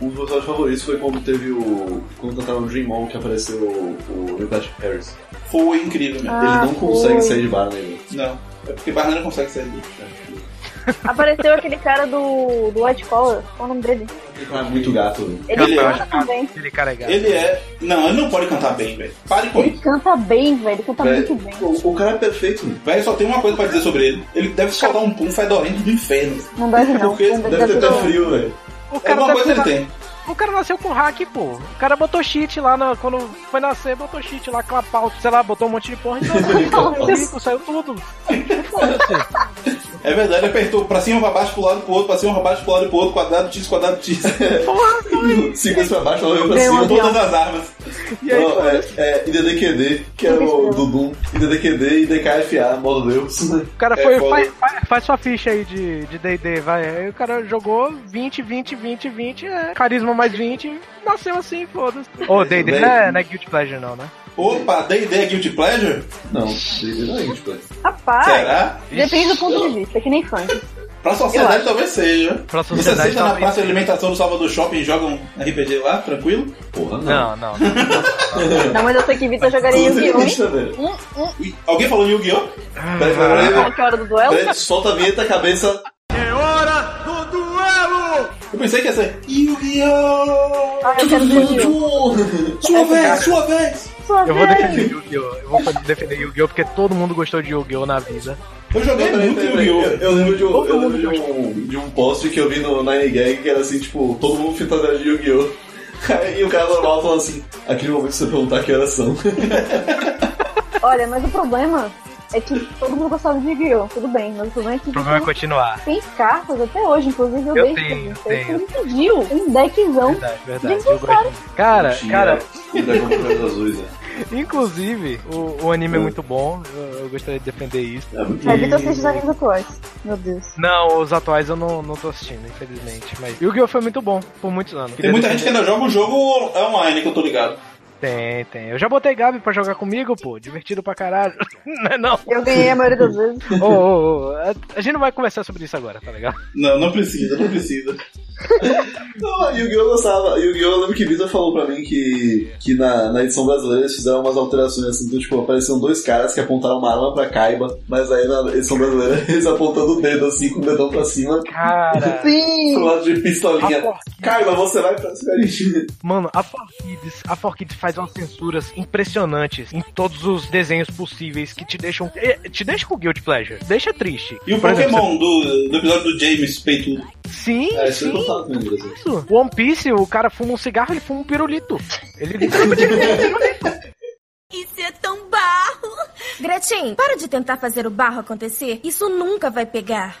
S4: Um dos meus episódios favoritos foi quando teve o. Quando cantaram Dream On que apareceu o, o Neil Patrick Harris.
S1: Foi incrível, velho.
S2: Ah.
S4: ele não consegue
S2: foi.
S4: sair de bar, né? velho?
S1: Não. É porque Barney não consegue sair disso.
S2: Apareceu aquele cara do, do White Collar. Qual o nome dele?
S4: Ele tá muito gato. velho.
S2: Ele
S1: Ele é
S2: canta também.
S3: Aquele cara é gato.
S1: Ele é. Não, ele não pode cantar bem, velho. Pare com
S2: Ele
S1: isso.
S2: canta bem, velho. Ele canta
S4: Velho,
S2: muito bem.
S4: O, o cara é perfeito, mano.
S1: Velho, só tem uma coisa pra dizer sobre ele. Ele deve soltar um pum fedorento do inferno.
S2: Não deve não.
S1: Porque
S2: Não
S4: Deve ter
S2: não.
S4: até frio, velho.
S3: O cara,
S1: Alguma
S3: deve
S1: coisa ele
S3: ter-
S1: tem.
S3: o cara nasceu com hack, pô. O cara botou cheat lá na- quando foi nascer, botou cheat lá com a pau, sei lá, botou um monte de porra, então saiu rico, saiu tudo.
S1: É verdade, ele apertou pra cima, pra baixo, pro lado, pro outro, pra cima, pra baixo, pro lado, pro outro, quadrado, X, quadrado, X.
S3: Porra, foi.
S4: Sequência pra baixo, assim, ela veio pra
S2: Meu
S4: cima.
S2: Deus.
S1: Todas as armas.
S3: E aí,
S4: Não, é, é IDDQD, que era
S2: um
S4: o do Doom. IDDQD e DKFA, modo Deus.
S3: o cara
S1: É,
S3: foi,
S1: falou.
S3: faz, faz- faz sua ficha aí de de D&D, vai. Aí o cara jogou 20, 20, 20, 20, é, carisma mais 20, nasceu assim, foda-se. Ô, D&D
S4: Bem-
S3: não é, não é Guilty Pleasure não, né?
S1: Opa, D&D é Guilty Pleasure?
S4: Não, DD não é isso, pô.
S2: Rapaz,
S1: Será?
S2: depende do ponto de vista, é que nem funk.
S1: Pra
S2: Eu
S1: sociedade
S2: acho.
S1: talvez seja.
S3: Pra
S1: Você
S3: sociedade
S1: senta na
S3: talvez-
S1: praça de alimentação do Salvador Shopping e joga um RPG lá, tranquilo?
S4: Porra,
S3: Não,
S4: não.
S3: não. não.
S2: Não, mas eu sei que Vitor jogaria
S4: Tudo
S2: Yu-Gi-Oh! hein?
S4: isso, velho.
S2: Hum, hum.
S1: Ui, Alguém falou Yu-Gi-Oh?
S4: Peraí, peraí, peraí,
S2: Sabe que é a hora do duelo?
S4: peraí, Solta a vinheta, cabeça.
S1: Eu pensei que ia ser Yu-Gi-Oh!
S2: Ah, eu quero ver Yu-Gi-Oh! É
S1: Sua vez, sua vez!
S2: Sua
S3: Eu vou
S2: vez!
S3: defender Yu-Gi-Oh! Eu vou defender Yu-Gi-Oh! porque todo mundo gostou de Yu-Gi-Oh! na vida.
S1: Eu joguei
S4: Peraí,
S1: muito
S4: peraí, peraí. Eu
S1: Yu-Gi-Oh!
S4: eu lembro de um- eu lembro de um de um post que eu vi no Nine Gag que era assim, tipo, todo mundo fitando de Yu-Gi-Oh! E o cara normal falando assim, aquele momento que você perguntar que horas são.
S2: Olha, mas o problema é que todo mundo gostava de Yu-Gi-Oh! Tudo bem, mas o problema é que
S3: O problema é
S2: Yu-Gi-Oh!
S3: continuar.
S2: tem cartas até hoje, inclusive eu,
S3: Eu
S2: vejo
S3: tenho,
S2: que você
S3: tenho.
S2: me pediu um deckzão.
S3: Verdade, verdade. Eu gosto. Cara, cara,
S4: O dragão com olhos azuis, né?
S3: inclusive, o, o anime é muito bom. Eu, eu gostaria de defender isso.
S4: É muito
S2: É, Vitor assiste os animes atuais. Meu Deus.
S3: Não, os atuais eu não, não tô assistindo, infelizmente. Mas Yu-Gi-Oh! foi muito bom por muitos anos.
S1: Tem muita gente que ainda joga o jogo online, que eu tô ligado.
S3: Tem, tem. Eu já botei Gabi pra jogar comigo, pô. Divertido pra caralho. Não é não.
S2: Eu ganhei a maioria das vezes.
S3: Ô, ô, ô, a, a gente não vai conversar sobre isso agora, tá legal?
S1: Não, não precisa, não precisa.
S4: Não, Yu-Gi-Oh! eu gostava. Yu-Gi-Oh! eu lembro que Vitor falou pra mim que, que na, na edição brasileira eles fizeram umas alterações assim, então, tipo, apareceram dois caras que apontaram uma arma pra Kaiba, mas aí na edição brasileira eles apontando o dedo assim, com o dedão pra cima,
S3: Cara.
S4: pro lado de
S3: A
S4: pistolinha.
S3: por...
S4: Kaiba, você vai pra cima de mim.
S3: Mano, a Forkids, a Forkids faz umas censuras impressionantes em todos os desenhos possíveis que te deixam. eh, Te deixa com guilt pleasure. Deixa triste.
S1: E o
S3: Por exemplo,
S1: Pokémon do, do episódio do James Peitudo?
S3: você- Sim,
S4: É, isso eu
S3: sim.
S4: contava comigo, assim.
S3: Isso. One Piece, o cara fuma um cigarro, ele fuma um pirulito. Ele literalmente fuma um pirulito.
S5: Isso é tão barro! Gretchen, para de tentar fazer o barro acontecer. Isso nunca vai pegar.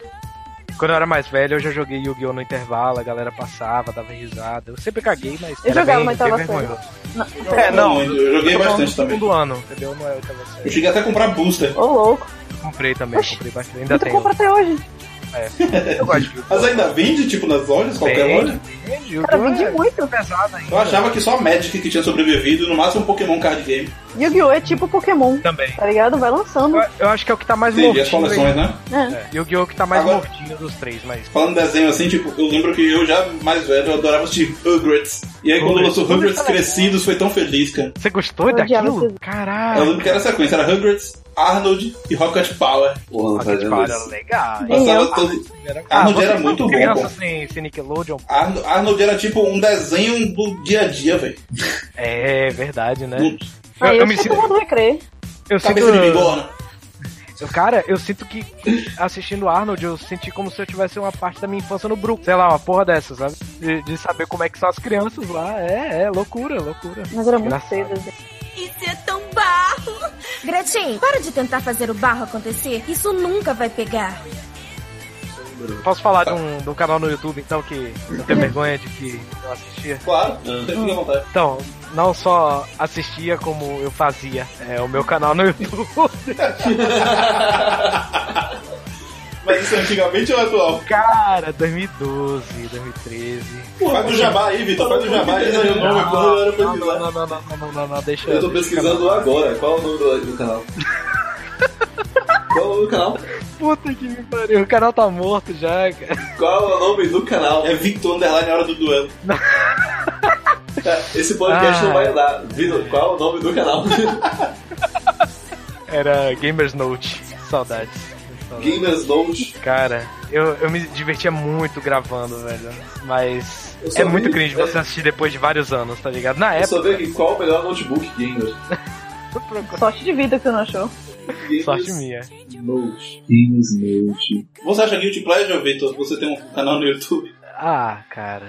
S3: Quando eu era mais velho, eu já joguei Yu-Gi-Oh! no intervalo, a galera passava, dava risada. Eu sempre caguei, mas.
S2: Eu
S3: era
S2: jogava
S3: bem-
S2: na oitava
S3: bem
S2: série.
S3: vergonhoso.
S1: Jogava
S3: É, não.
S1: muito, É, Eu joguei bastante
S3: Eu jogava no
S1: também.
S3: segundo ano, entendeu? Não é oitava
S1: Eu
S3: série.
S1: cheguei até a comprar booster.
S2: Ô louco.
S3: Comprei também,
S2: Oxi,
S3: comprei bastante. Ainda
S2: Muito
S3: tenho.
S2: compra até hoje.
S3: Eu gosto de Yu-Gi-Oh!
S1: Mas ainda vende, tipo, nas lojas, qualquer
S3: Tem,
S1: loja?
S3: tem, Yu-Gi-Oh!
S2: Cara, vendi
S3: é
S2: muito.
S3: pesado ainda.
S1: Eu achava que só a Magic que tinha sobrevivido, no máximo um Pokémon Card Game.
S2: Yu-Gi-Oh! é tipo Pokémon,
S3: Também.
S2: tá ligado? Vai lançando.
S3: Eu, eu acho que é o que tá mais
S1: Entendi, as
S3: mortinho.
S1: coleções,
S3: aí.
S1: né?
S2: né?
S3: É, Yu-Gi-Oh! que tá mais
S1: Agora-
S3: mortinho dos três, mas.
S1: Falando de desenho assim, tipo, eu lembro que eu já mais velho, eu adorava assistir Rugrats. E aí quando
S3: Rugrats.
S1: lançou Rugrats
S3: Rugrats era
S1: Crescidos, foi tão feliz, cara.
S3: Você gostou
S2: Eu odiava
S3: daquilo?
S2: esses-
S1: Eu
S3: Caralho!
S1: lembro que era a sequência, era Rugrats, Arnold e Rocket Power.
S4: Porra, não tá
S3: Rocket
S4: vendo
S3: Power era
S4: isso.
S3: legal.
S2: Sim,
S1: Passava
S2: eu-
S1: todo...
S3: Ah,
S1: Arnold
S3: vocês
S1: era
S3: são
S1: muito bom,
S3: crianças
S1: pô.
S3: sem, sem Nickelodeon?
S1: Arno- Arnold era tipo um desenho do dia a dia, velho.
S3: É verdade, né?
S1: Não-
S3: Eu,
S2: Aí Ah,
S3: eu
S2: eu
S3: me
S2: todo
S3: sinto.
S2: mundo recreio.
S3: Eu sinto
S1: Cabeça de bigorna.
S3: cara, eu sinto que assistindo Arnold, eu senti como se eu tivesse uma parte da minha infância no Brook. Sei lá, uma porra dessas, sabe? De, de saber como é que são as crianças lá. É, é, loucura, loucura.
S2: Mas era muito
S3: Engraçado.
S2: cedo. gente.
S5: Isso é tão barro! Gretchen, para de tentar fazer o barro acontecer. Isso nunca vai pegar.
S3: Posso falar de um, de um canal no YouTube, então, que eu tenho vergonha de que eu assistia?
S1: Claro, você fica à vontade.
S3: Então, não só assistia, como eu fazia é, o meu canal no YouTube.
S1: Mas isso é antigamente ou atual?
S3: Cara, 2012, 2013.
S1: Faz o jabá aí, Vitor. Faz o jabá aí.
S4: Não,
S1: Não,
S4: mas quando eu
S3: não,
S4: era pesquisar-
S3: não, não, não, não, não, não, não, deixa
S4: Eu tô
S3: deixa o
S4: pesquisando
S3: canal.
S4: agora. Qual é o nome do, do canal? Qual é o nome do canal?
S3: Puta que me pariu, o canal tá morto já, cara.
S4: Qual é o nome do canal?
S1: É Victor Underline na hora do duelo.
S4: Esse podcast
S3: Ah.
S4: não vai dar. Vitor, qual é o nome do canal?
S3: Era Gamers Note. Saudades. Saudades.
S4: Gamers Note.
S3: Cara, eu, eu me divertia muito gravando, velho. Mas
S4: Eu só
S3: é muito
S4: vi-
S3: cringe
S4: é.
S3: você assistir depois de vários anos, tá ligado? Na
S4: É só
S3: época,
S4: ver aqui qual é o melhor notebook gamer.
S3: eu procuro-
S2: Sorte de vida que você não achou.
S4: Gamers
S3: sorte minha.
S4: Note. Gamers Note.
S1: Você acha Guilty Pleasure, Vitor? Você tem um canal no YouTube?
S3: Ah, cara.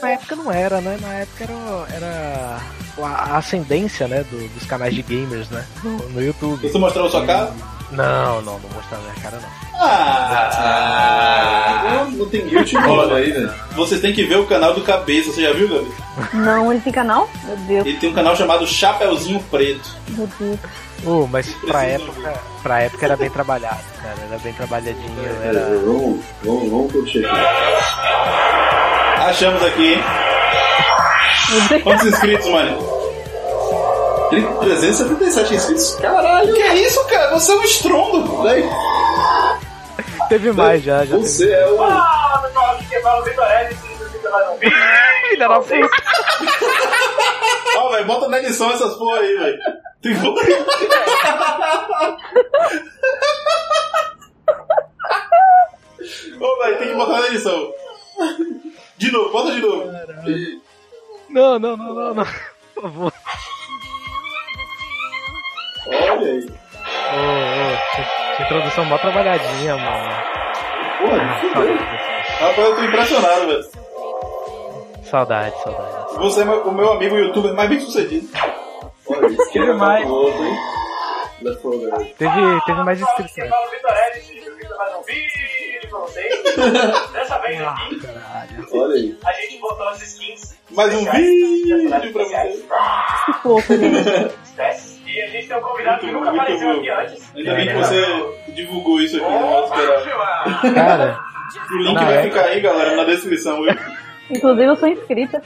S3: Na época não era, né? Na época era, era a ascendência, né? do- dos canais de gamers, né? No, no YouTube.
S1: Você mostrou a sua cara?
S3: Não, não, não mostrava minha cara, não.
S1: Ah!
S4: Não, não tem guilty nome aí, né?
S1: Vocês têm que ver o canal do Cabeça, você já viu, Gabi?
S2: Não, ele tem canal? Meu Deus,
S1: Ele tem um canal chamado Chapeuzinho Preto.
S2: meu Deus.
S3: Oh, mas pra
S1: Precisa
S3: época, pra época era bem trabalhado, cara. Era bem trabalhadinho,
S4: Pera,
S3: era.
S4: É, Vamos, vamos, vamos curtir aqui.
S1: Achamos aqui, hein?
S2: Meu Deus.
S1: Quantos inscritos, mano?
S4: Tem 377 inscritos. Caralho!
S1: Que isso, cara? Você é um estrondo.
S4: Véi,
S3: Teve mais já, já teve.
S4: você é o.
S3: Filha da puta!
S1: Ó, velho, bota na edição essas porra aí, velho. Tem porra Ô, velho, tem que botar na edição. De novo, bota de novo.
S3: Não, não, não, não, não. Por favor.
S4: Olha aí.
S3: Ô, ô, que- que introdução mó trabalhadinha, mano.
S1: Rapaz, eu tô impressionado, velho.
S3: Saudade, saudade.
S1: Você é meu- o meu amigo youtuber mais bem sucedido. Tá
S4: Olha isso. é Que
S3: mais?
S4: Outro, hein? Da folga.
S3: Teve, teve mais inscritos. né?
S4: Olha aí.
S1: Mais um vídeo pra você.
S2: Que fofo, gente.
S7: E a gente tem um convidado que
S1: Muito,
S7: nunca
S1: muito
S7: apareceu
S1: bom.
S7: aqui antes.
S1: Ainda bem que você divulgou isso aqui. né? Esperava.
S7: Opa,
S3: Cara,
S1: O link
S3: Na
S1: vai
S3: época.
S1: ficar aí, galera, na descrição. viu?
S2: Inclusive, eu sou inscrita.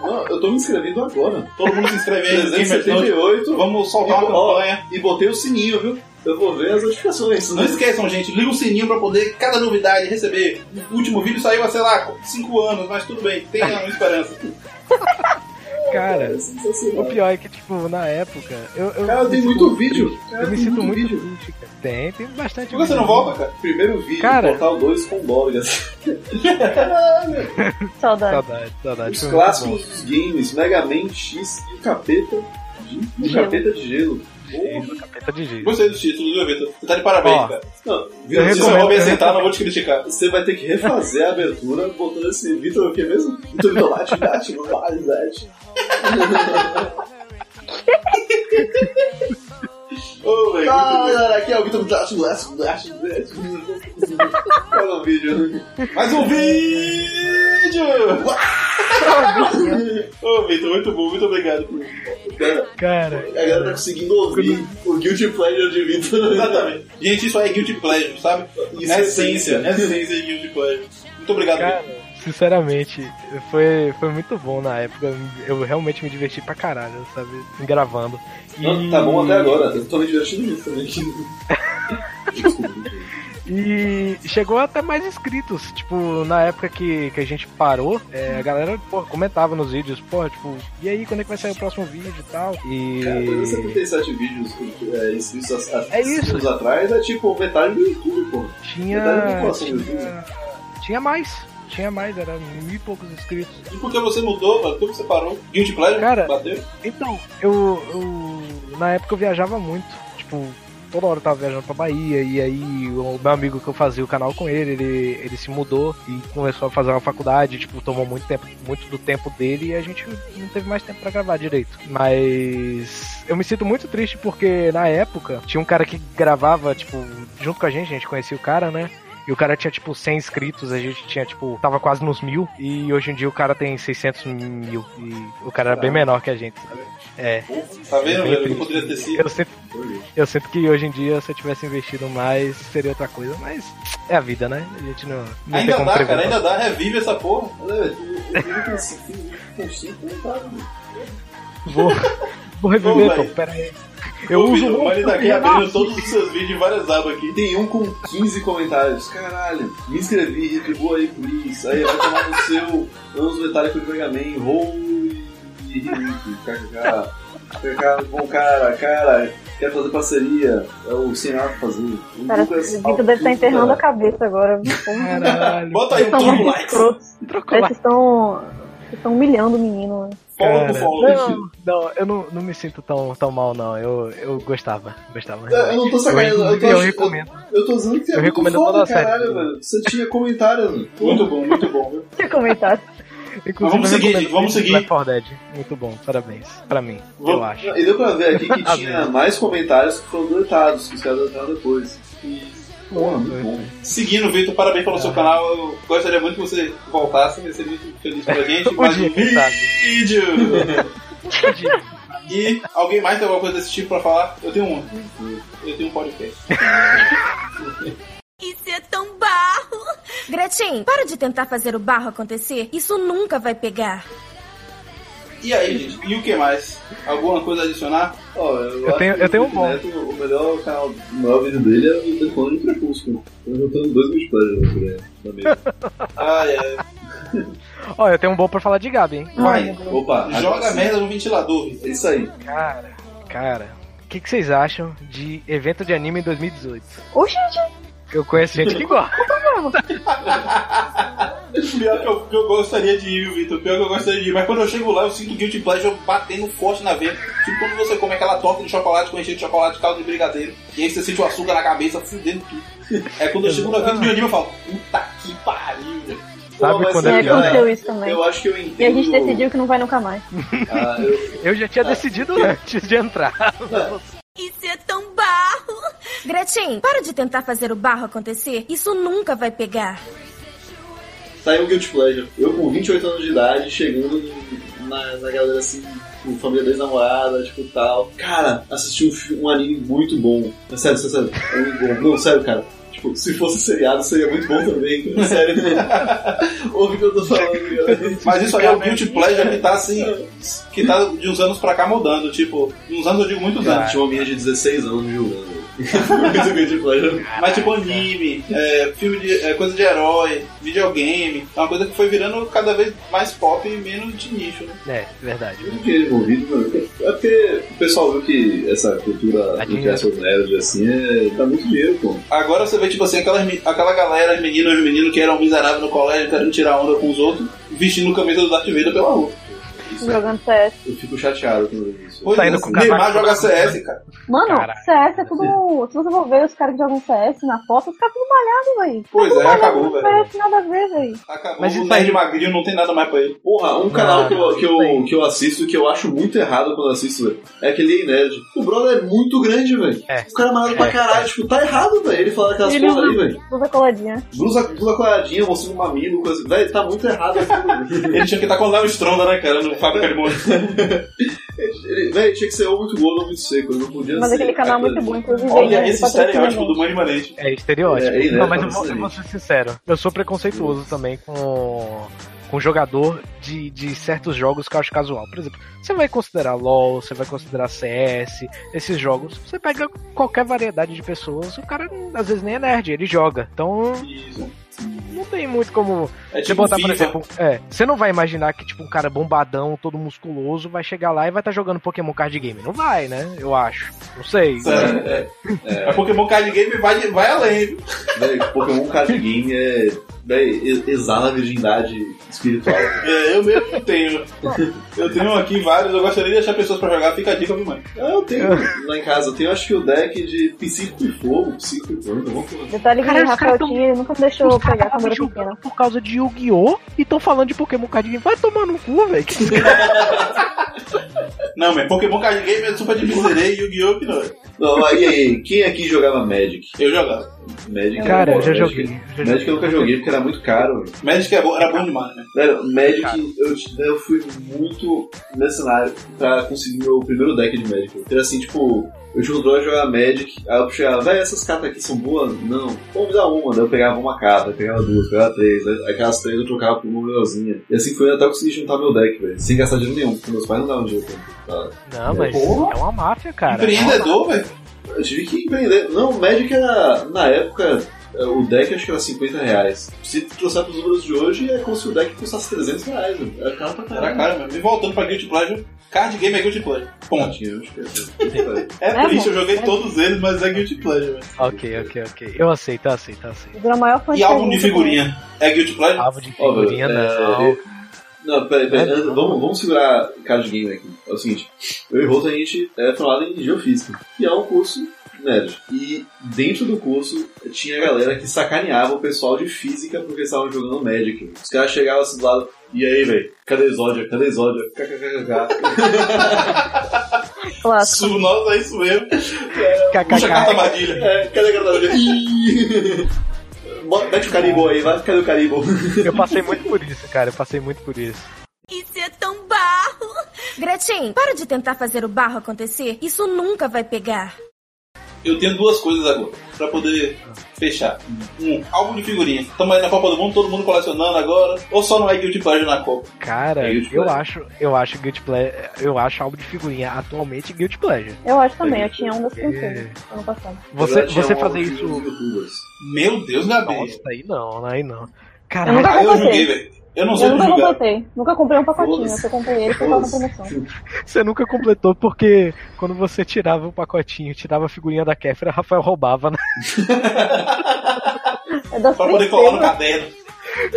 S4: Não, eu tô me inscrevendo agora.
S1: Todo mundo se inscreve aí. Gamers Note.
S4: 378.
S1: Vamos soltar uma
S4: Ó,
S1: campanha.
S4: E botei o sininho, viu? Eu vou ver as notificações. né?
S1: Não esqueçam, gente, liga o sininho pra poder, cada novidade, receber. O último vídeo saiu há, sei lá, 5 anos, mas tudo bem, tem uma esperança.
S3: cara.
S4: É sensacional.
S3: O pior é que, tipo, na época, eu. eu
S4: Cara, tem muito vídeo. Cara,
S3: Eu me
S4: tem
S3: sinto muito triste, cara. Tem, tem bastante.
S1: Por que você
S3: vídeo.
S1: não volta, cara?
S4: Primeiro vídeo,
S3: Cara.
S4: Portal 2 com Borgas.
S2: Saudade.
S3: Saudade, saudade.
S4: Os
S3: Foi é muito
S4: clássicos dos games, Mega Man X e o Capeta de, o
S2: Gelo.
S4: Capeta de Gelo.
S3: bom. Sim, Capeta de jeito.
S1: Gostei dos títulos, viu, Vitor? Você tá de parabéns,
S3: Ó,
S1: cara.
S4: Não,
S1: Eu
S4: Vitor,
S3: recomendo-
S1: Se eu vou me
S3: eu
S1: sentar,
S3: recomendo.
S1: não vou te criticar.
S4: Você vai ter que refazer a abertura botando esse Vitor o que mesmo? Vitor Vitor Lati, Lati, Lati, Lati.
S1: Ô, velho.
S4: Ah,
S1: muito
S4: galera, aqui é o Vitor Lati, Lati, Lati, Lati. Olha o vídeo.
S1: bom. Mais um vídeo! Ô, Vitor, muito bom, muito obrigado. por isso.
S4: Cara,
S3: Cara,
S4: a galera tá conseguindo ouvir o Guilty Pleasure de Vitor.
S1: Exatamente. Gente, isso aí é Guilty Pleasure, sabe?
S4: Isso
S1: é
S4: é
S1: essência,
S4: essência.
S1: é essência de Guilty Pleasure. Muito obrigado,
S3: Cara,
S1: Vitor.
S3: sinceramente, foi, foi muito bom na época. Eu realmente me diverti pra caralho, sabe? Gravando. E-
S4: Não, tá bom até agora. Eu tô me divertindo nisso também.
S3: E chegou até mais inscritos. Tipo, na época que, que a gente parou, é, a galera pô, comentava nos vídeos, pô, tipo, e aí, quando é que vai sair o próximo vídeo e tal?
S4: Cara, fazer
S3: E
S4: 77 vídeos é, inscritos há
S3: É isso.
S4: anos atrás é tipo metade do YouTube, é pô. assim. Metade da
S3: tinha.
S4: população do YouTube.
S3: Tinha, tinha mais. Tinha mais, era mil e poucos inscritos.
S1: E por que você mudou, mano? Por que você parou? Guilty Pleasure?
S3: Cara,
S1: Bateu?
S3: Então, eu, eu- Na época eu viajava muito. Tipo, toda hora eu tava viajando pra Bahia. E aí, o meu amigo que eu fazia o canal com ele, ele, ele se mudou e começou a fazer uma faculdade. Tipo, tomou muito tempo, muito do tempo dele. E a gente não teve mais tempo pra gravar direito. Mas. Eu me sinto muito triste porque na época tinha um cara que gravava, tipo, junto com a gente. A gente conhecia o cara, né? E o cara tinha, tipo, 100 inscritos, a gente tinha, tipo, tava quase nos mil. E hoje em dia o cara tem 600 mil. E o cara era bem menor que a gente. É.
S1: Tá vendo, velho? Não poderia ter sido.
S3: Eu sinto, eu sinto que hoje em dia, se eu tivesse investido mais, seria outra coisa. Mas é a vida, né? A gente não, não tem
S1: Ainda
S3: como
S1: dá,
S3: prever.
S1: cara, ainda dá, revive essa porra.
S3: Vou, vou reviver,
S1: Ô,
S3: pô,
S1: velho.
S3: pera aí. Eu uso
S1: o Mari tá aqui
S3: Ah,
S1: abrindo todos os seus vídeos em várias abas aqui.
S4: Tem um com 15 comentários. Caralho, me inscrevi, retribua aí por isso. Aí vai tomar no seu anos metálico de Mega Man, roll e relink. KKK. KKK, bom cara, cara, quero fazer parceria. É o senhor que fazer. O
S2: Cara,
S4: Lucas é
S2: esse Vitor deve estar
S4: Altutra.
S2: enterrando a cabeça agora. Como
S3: Caralho.
S1: Bota aí o
S2: Vocês são
S1: turbo
S2: muito
S1: likes.
S2: escrotos.
S3: Trocou lá.
S2: Vocês estão. Vocês estão humilhando o menino.
S1: Follow
S3: Cara,
S1: por follow.
S3: Não, não, eu não, não me sinto tão, tão mal, não. Eu, eu gostava. Gostava.
S1: É,
S4: Eu eu não tô
S3: Eu,
S4: sacanagem, eu,
S3: inclusive,
S4: tô-
S3: eu recomendo.
S4: Eu tô dizendo que é
S3: Eu
S4: muito
S3: recomendo
S4: foda,
S3: toda a série.
S4: caralho, velho. Você tinha comentário, mano.
S1: Muito bom, muito bom. viu?
S2: Deixa eu comentar.
S3: Inclusive,
S1: vamos
S3: eu
S1: seguir,
S3: recomendo
S1: vamos seguir.
S3: Left 4 Dead. Muito bom, parabéns. Pra mim, eu
S1: Vamos-
S3: acho.
S4: E deu pra ver aqui que
S3: Ah,
S4: tinha mais comentários que foram deletados, que os caras deletaram depois. E, porra,
S3: né?
S4: muito bom. Ah.
S1: Seguindo, Vitor, parabéns pelo seu canal. Eu gostaria muito que você voltasse, ia ser muito feliz pra gente.
S3: Um
S1: Mais um
S3: dia, quem sabe?
S1: vídeo!
S3: Um dia.
S1: E alguém mais tem alguma coisa desse tipo pra falar? Eu tenho uma. Eu tenho um podcast.
S5: Isso é tão barro! Gretchen, para de tentar fazer o barro acontecer. Isso nunca vai pegar.
S1: E aí, gente? E o que mais? Alguma coisa a adicionar?
S4: Ó, eu,
S3: Eu
S4: acho
S3: tenho-
S4: que
S3: eu
S4: o
S3: tenho
S4: Felipe
S3: um
S4: Neto, o melhor canal, o melhor vídeo dele é o telefone de Crepúsculo. Tô juntando dois multiplayers né, na mesa.
S1: Ai, ai.
S3: Ó, eu tenho um bom pra falar de Gabi, hein?
S1: Vai,
S4: Opa,
S1: joga
S4: agora sim.
S1: merda no ventilador. Vitor.
S4: É isso aí.
S3: Cara, cara. O que, que vocês acham de evento de anime em 2018?
S2: Oxi, gente,
S3: Eu conheço gente que gosta.
S1: Pior que eu, que eu gostaria de ir, Vitor. Pior que eu gostaria de ir. Mas quando eu chego lá, eu sinto guilty pleasure batendo forte na veia. Tipo quando você come aquela torta de chocolate com recheio de chocolate, caldo de brigadeiro. E aí você sente o açúcar na cabeça, fudendo tudo. É quando eu chego no evento de anime, eu falo, puta que pariu, velho.
S3: Sabe
S4: Pô, mas
S3: quando
S2: é,
S3: é
S4: aí,
S3: pior?
S4: cara,
S2: aconteceu isso também.
S4: Eu acho que eu
S2: E a gente
S4: entendo.
S2: decidiu que não vai nunca mais.
S4: Ah, eu-
S3: Eu já tinha decidido antes de entrar.
S5: Isso é tão barro! Gretchen, para de tentar fazer o barro acontecer. Isso nunca vai pegar.
S4: Saiu o Tá um Guilty Pleasure. Eu com 28 anos de idade, chegando no- na, na galera assim, com família desnamorada, tipo tal. Cara, assisti um, fi- um anime muito bom. É sério, sério, sério. É muito bom. Não, sério, cara. Tipo, se fosse seriado, seria muito bom também. cara. Sério. tipo, Ouve o que eu tô falando, cara.
S1: Mas isso aí é o guilty pleasure que tá assim, que tá de uns anos pra cá mudando. Tipo, de uns anos eu digo muitos
S4: Cara,
S1: anos.
S4: tinha uma menina de 16 anos me julgando. Muito Guilty Pleasure.
S1: Mas tipo anime, é, filme de. é, coisa de herói, videogame, é uma coisa que foi virando cada vez mais pop e menos de nicho, né?
S3: É, verdade.
S4: Muito dinheiro envolvido, mano. É porque o pessoal viu que essa cultura
S3: Tá
S4: do
S3: dinheiro.
S4: Castle Nerd, assim, é, dá muito dinheiro, pô.
S1: Agora você vê, tipo assim, aquelas, me- aquela galera, as meninas, os meninos que eram miseráveis no colégio, querendo tirar onda com os outros, vestindo camisa do Darth Vader pela rua.
S3: é
S2: Jogando CS.
S4: Eu fico chateado quando eu vejo isso.
S1: Pois
S3: Saindo
S1: é,
S3: com
S1: assim, Neymar
S3: casaco.
S1: joga CS, cara.
S2: Mano,
S3: Caralho.
S2: CS é tudo. Se você for ver os caras que jogam CS na foto, os caras tudo malhado, velho.
S1: Pois é, acabou, velho.
S2: CS nada a ver, velho.
S1: Acabou,
S3: Mas
S1: o
S3: isso aí-
S1: nerd magrinho não tem nada mais pra ele.
S4: Porra, um canal
S3: Não,
S4: que eu, que, eu,
S3: tem.
S4: que eu assisto que eu acho muito errado quando eu assisto é aquele Ei Nerd. O brother é muito grande, velho.
S3: É.
S4: O cara é malado pra caralho. Tipo, tá errado, velho. Ele fala aquelas
S2: Ele
S4: coisas
S2: usa-
S4: aí, velho.
S2: Usa é coladinha.
S4: Blusa, blusa claradinha, mostrando um mamilo, coisa. Velho, tá muito errado aquilo.
S1: Ele tinha que estar com o Léo Stronda, né, cara, no Fábio Carmona.
S4: Ele- Velho, tinha que ser ou muito gordo ou muito seco. Ele não podia
S2: Mas
S4: ser.
S2: aquele canal é
S4: aquela-
S2: muito bom, inclusive.
S1: Olha
S2: ele é
S1: esse
S2: patrocina
S1: estereótipo
S2: bem.
S1: do Mani Manente.
S3: É estereótipo.
S4: É, é, né?
S3: não, mas eu vou,
S4: Fala
S3: eu
S4: isso
S3: vou ser sincero. Eu sou preconceituoso também com com jogador de, de certos jogos que eu acho casual. Por exemplo, você vai considerar LoL, você vai considerar CS, esses jogos. Você pega qualquer variedade de pessoas, o cara às vezes nem é nerd, ele joga. Então não tem muito como
S1: É
S3: você botar, por exemplo, é, você não vai imaginar que tipo um cara bombadão, todo musculoso, vai chegar lá e vai estar jogando Pokémon Card Game. Não vai, né? Eu acho. Não sei.
S1: É, é. É Pokémon Card Game vai, vai além.
S4: Velho, Pokémon Card Game é. Velho, ex- exala a virgindade espiritual.
S1: É, eu mesmo tenho. Eu tenho aqui vários, eu gostaria de deixar pessoas pra jogar, fica a dica, viu, mãe?
S4: Ah, eu tenho lá em casa, eu tenho acho que o deck de Psíquico e Fogo, Psíquico e Planta, alguma coisa.
S2: Detalhe que o
S3: Caralho, os
S2: Rafael
S3: caras tão-
S2: tinha, ele nunca deixou eu
S3: Os caras
S2: pegar quando
S3: estavam
S2: era
S3: julgando
S2: pequena.
S3: por causa de Yu-Gi-Oh! e estão falando de Pokémon Card Game. Vai tomar no cu, velho. Que
S1: Não, mas Pokémon Card Game é super de miserê e Yu-Gi-Oh! que não.
S4: Não, mas e aí, quem aqui jogava Magic?
S1: Eu jogava.
S4: Magic era
S3: Cara,
S4: bom,
S3: eu já
S4: Magic-
S3: joguei. já
S4: Magic eu nunca joguei porque era muito caro. velho.
S1: Magic é bom, era bom demais, né?
S4: Velho, Magic, eu, né, eu fui muito mercenário pra conseguir meu primeiro deck de Magic. Então, assim, tipo, eu te controlava jogar Magic, aí eu chegava, velho, essas cartas aqui são boas? Não. Vamos me dar uma. Daí eu pegava uma carta, eu pegava duas, eu pegava três. aí Aquelas três eu trocava por uma melhorzinha. E assim foi até eu conseguir juntar meu deck, velho. Sem gastar dinheiro nenhum, porque meus pais não davam dinheiro pra mim. Tá?
S3: Não, mas
S1: Porra.
S3: é uma máfia, cara.
S1: Empreendedor, velho.
S4: Eu tive que empreender. Não, Magic era, na época, eh, o deck acho que era 50 reais. Se trouxer pros números de hoje, é como se o deck custasse 300 reais. velho. Era caro pra
S1: Era
S4: caralho.
S1: caro mesmo. E voltando pra Guilty Pleasure, card game é Guilty Pleasure. Ponto.
S4: Tinha, acho que era.
S1: É
S2: É,
S1: triste, eu joguei
S2: é.
S1: todos eles, mas é Guilty Pleasure, velho.
S3: Ok, ok, ok. Eu aceito, eu aceito, eu aceito.
S2: Virou a é maior fã
S1: E álbum de
S2: Cazuza,
S1: figurinha? É Guilty Pleasure?
S3: Álbum de
S4: Ó, velho,
S3: figurinha,
S4: é,
S3: não.
S4: eu- Não, peraí, peraí.
S3: É,
S4: antes-
S3: não.
S4: Vamos, vamos segurar card game aqui. É o seguinte, eu e Rosa, a gente é formado em Geofísica, que é um curso nerd. E dentro do curso tinha galera que sacaneava o pessoal de Física porque eles estavam jogando Magic. Os caras chegavam assim do lado, e aí, velho, cadê Exódia? Cadê Exódia? KKKK.
S2: Clássico.
S1: Su- Nossa, é isso mesmo. Puxa a carta
S3: KKK.
S1: armadilha.
S4: É, cadê a galera? Ih. Bota- Mete o Caribou aí, vai, cadê o Caribou?
S3: Eu passei muito por isso, cara. Eu passei muito por isso.
S5: Isso é tão barro! Gretchen, para de tentar fazer o barro acontecer. Isso nunca vai pegar.
S1: Eu tenho duas coisas agora, pra poder fechar. Um, álbum de figurinha. Tamo aí na Copa do Mundo, todo mundo colecionando agora. Ou só não é Guilty Pleasure na Copa?
S3: Cara,
S4: É Guilty
S3: eu
S4: Pleasure.
S3: acho, eu acho Guilty Pleasure, eu acho álbum de figurinha atualmente Guilty Pleasure.
S2: Eu acho também, eu tinha um das princesas ano passado.
S3: Você,
S4: é um
S3: você fazer isso.
S1: Meu Deus, Gabi.
S3: Nossa, aí não, aí não.
S2: Eu
S3: Caralho,
S2: nunca
S1: Aí eu joguei,
S2: completei.
S1: velho. Eu não sei
S2: Eu
S1: o que
S2: nunca
S1: jogar.
S2: completei. Nunca comprei um pacotinho,
S4: Foda-se.
S2: eu comprei ele foi uma promoção.
S3: você nunca completou porque quando você tirava o pacotinho, tirava a figurinha da Kéfera, Rafael roubava, né?
S2: É das
S1: Pra poder colar no
S2: princesas.
S1: caderno.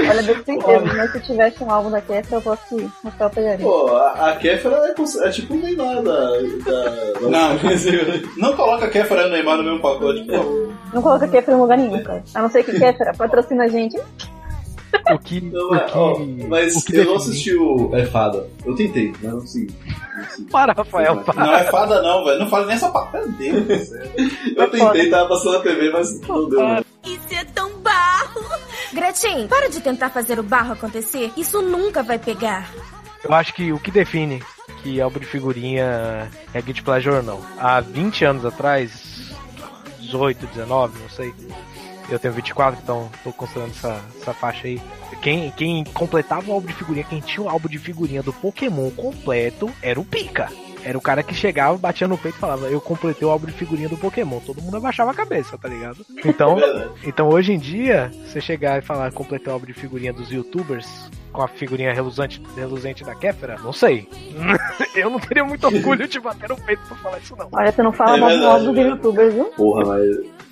S2: Olha, das princesas, é mas se tivesse um álbum da Kefra, eu posso ir. Rafael pegaria.
S4: Pô, a, a Kéfera é, cons- é tipo o Neymar da. da, da
S1: Não, não coloca Kéfera e Neymar no mesmo pacote, por favor.
S2: Não coloca Kefra em um lugar nenhum, cara. A não ser que Kefra patrocina a gente.
S3: O que.
S4: Não,
S3: o
S4: mas,
S3: que-
S4: ó,
S3: o
S4: mas
S3: que
S4: eu não
S3: define-
S4: assisti o É Fada. Eu tentei, mas não consegui. Não consegui.
S3: Para, Rafael, para.
S1: Não é fada, não, velho. Não faz nem essa parte. Meu Deus do céu.
S4: Eu tentei, tava passando na TV, mas não deu. né?
S5: Isso é tão barro! Gretchen, para de tentar fazer o barro acontecer. Isso nunca vai pegar.
S3: Eu acho que o que define que álbum de figurinha é Guilty Pleasure ou não. Há 20 anos atrás, 18, 19, não sei. Eu tenho 24, então tô considerando essa, essa faixa aí. Quem, quem completava o álbum de figurinha, quem tinha o álbum de figurinha do Pokémon completo, era o Pika. Era o cara que chegava, batia no peito e falava, eu completei o álbum de figurinha do Pokémon. Todo mundo abaixava a cabeça, tá ligado? Então, então hoje em dia, você chegar e falar completar o álbum de figurinha dos youtubers com a figurinha reluzante, reluzente da Kéfera, não sei. Eu não teria muito orgulho de bater no peito pra falar isso, não.
S2: Olha, você não fala
S1: É
S2: mais do
S1: verdade,
S2: álbum do
S1: velho.
S2: youtuber, viu?
S4: Porra, mas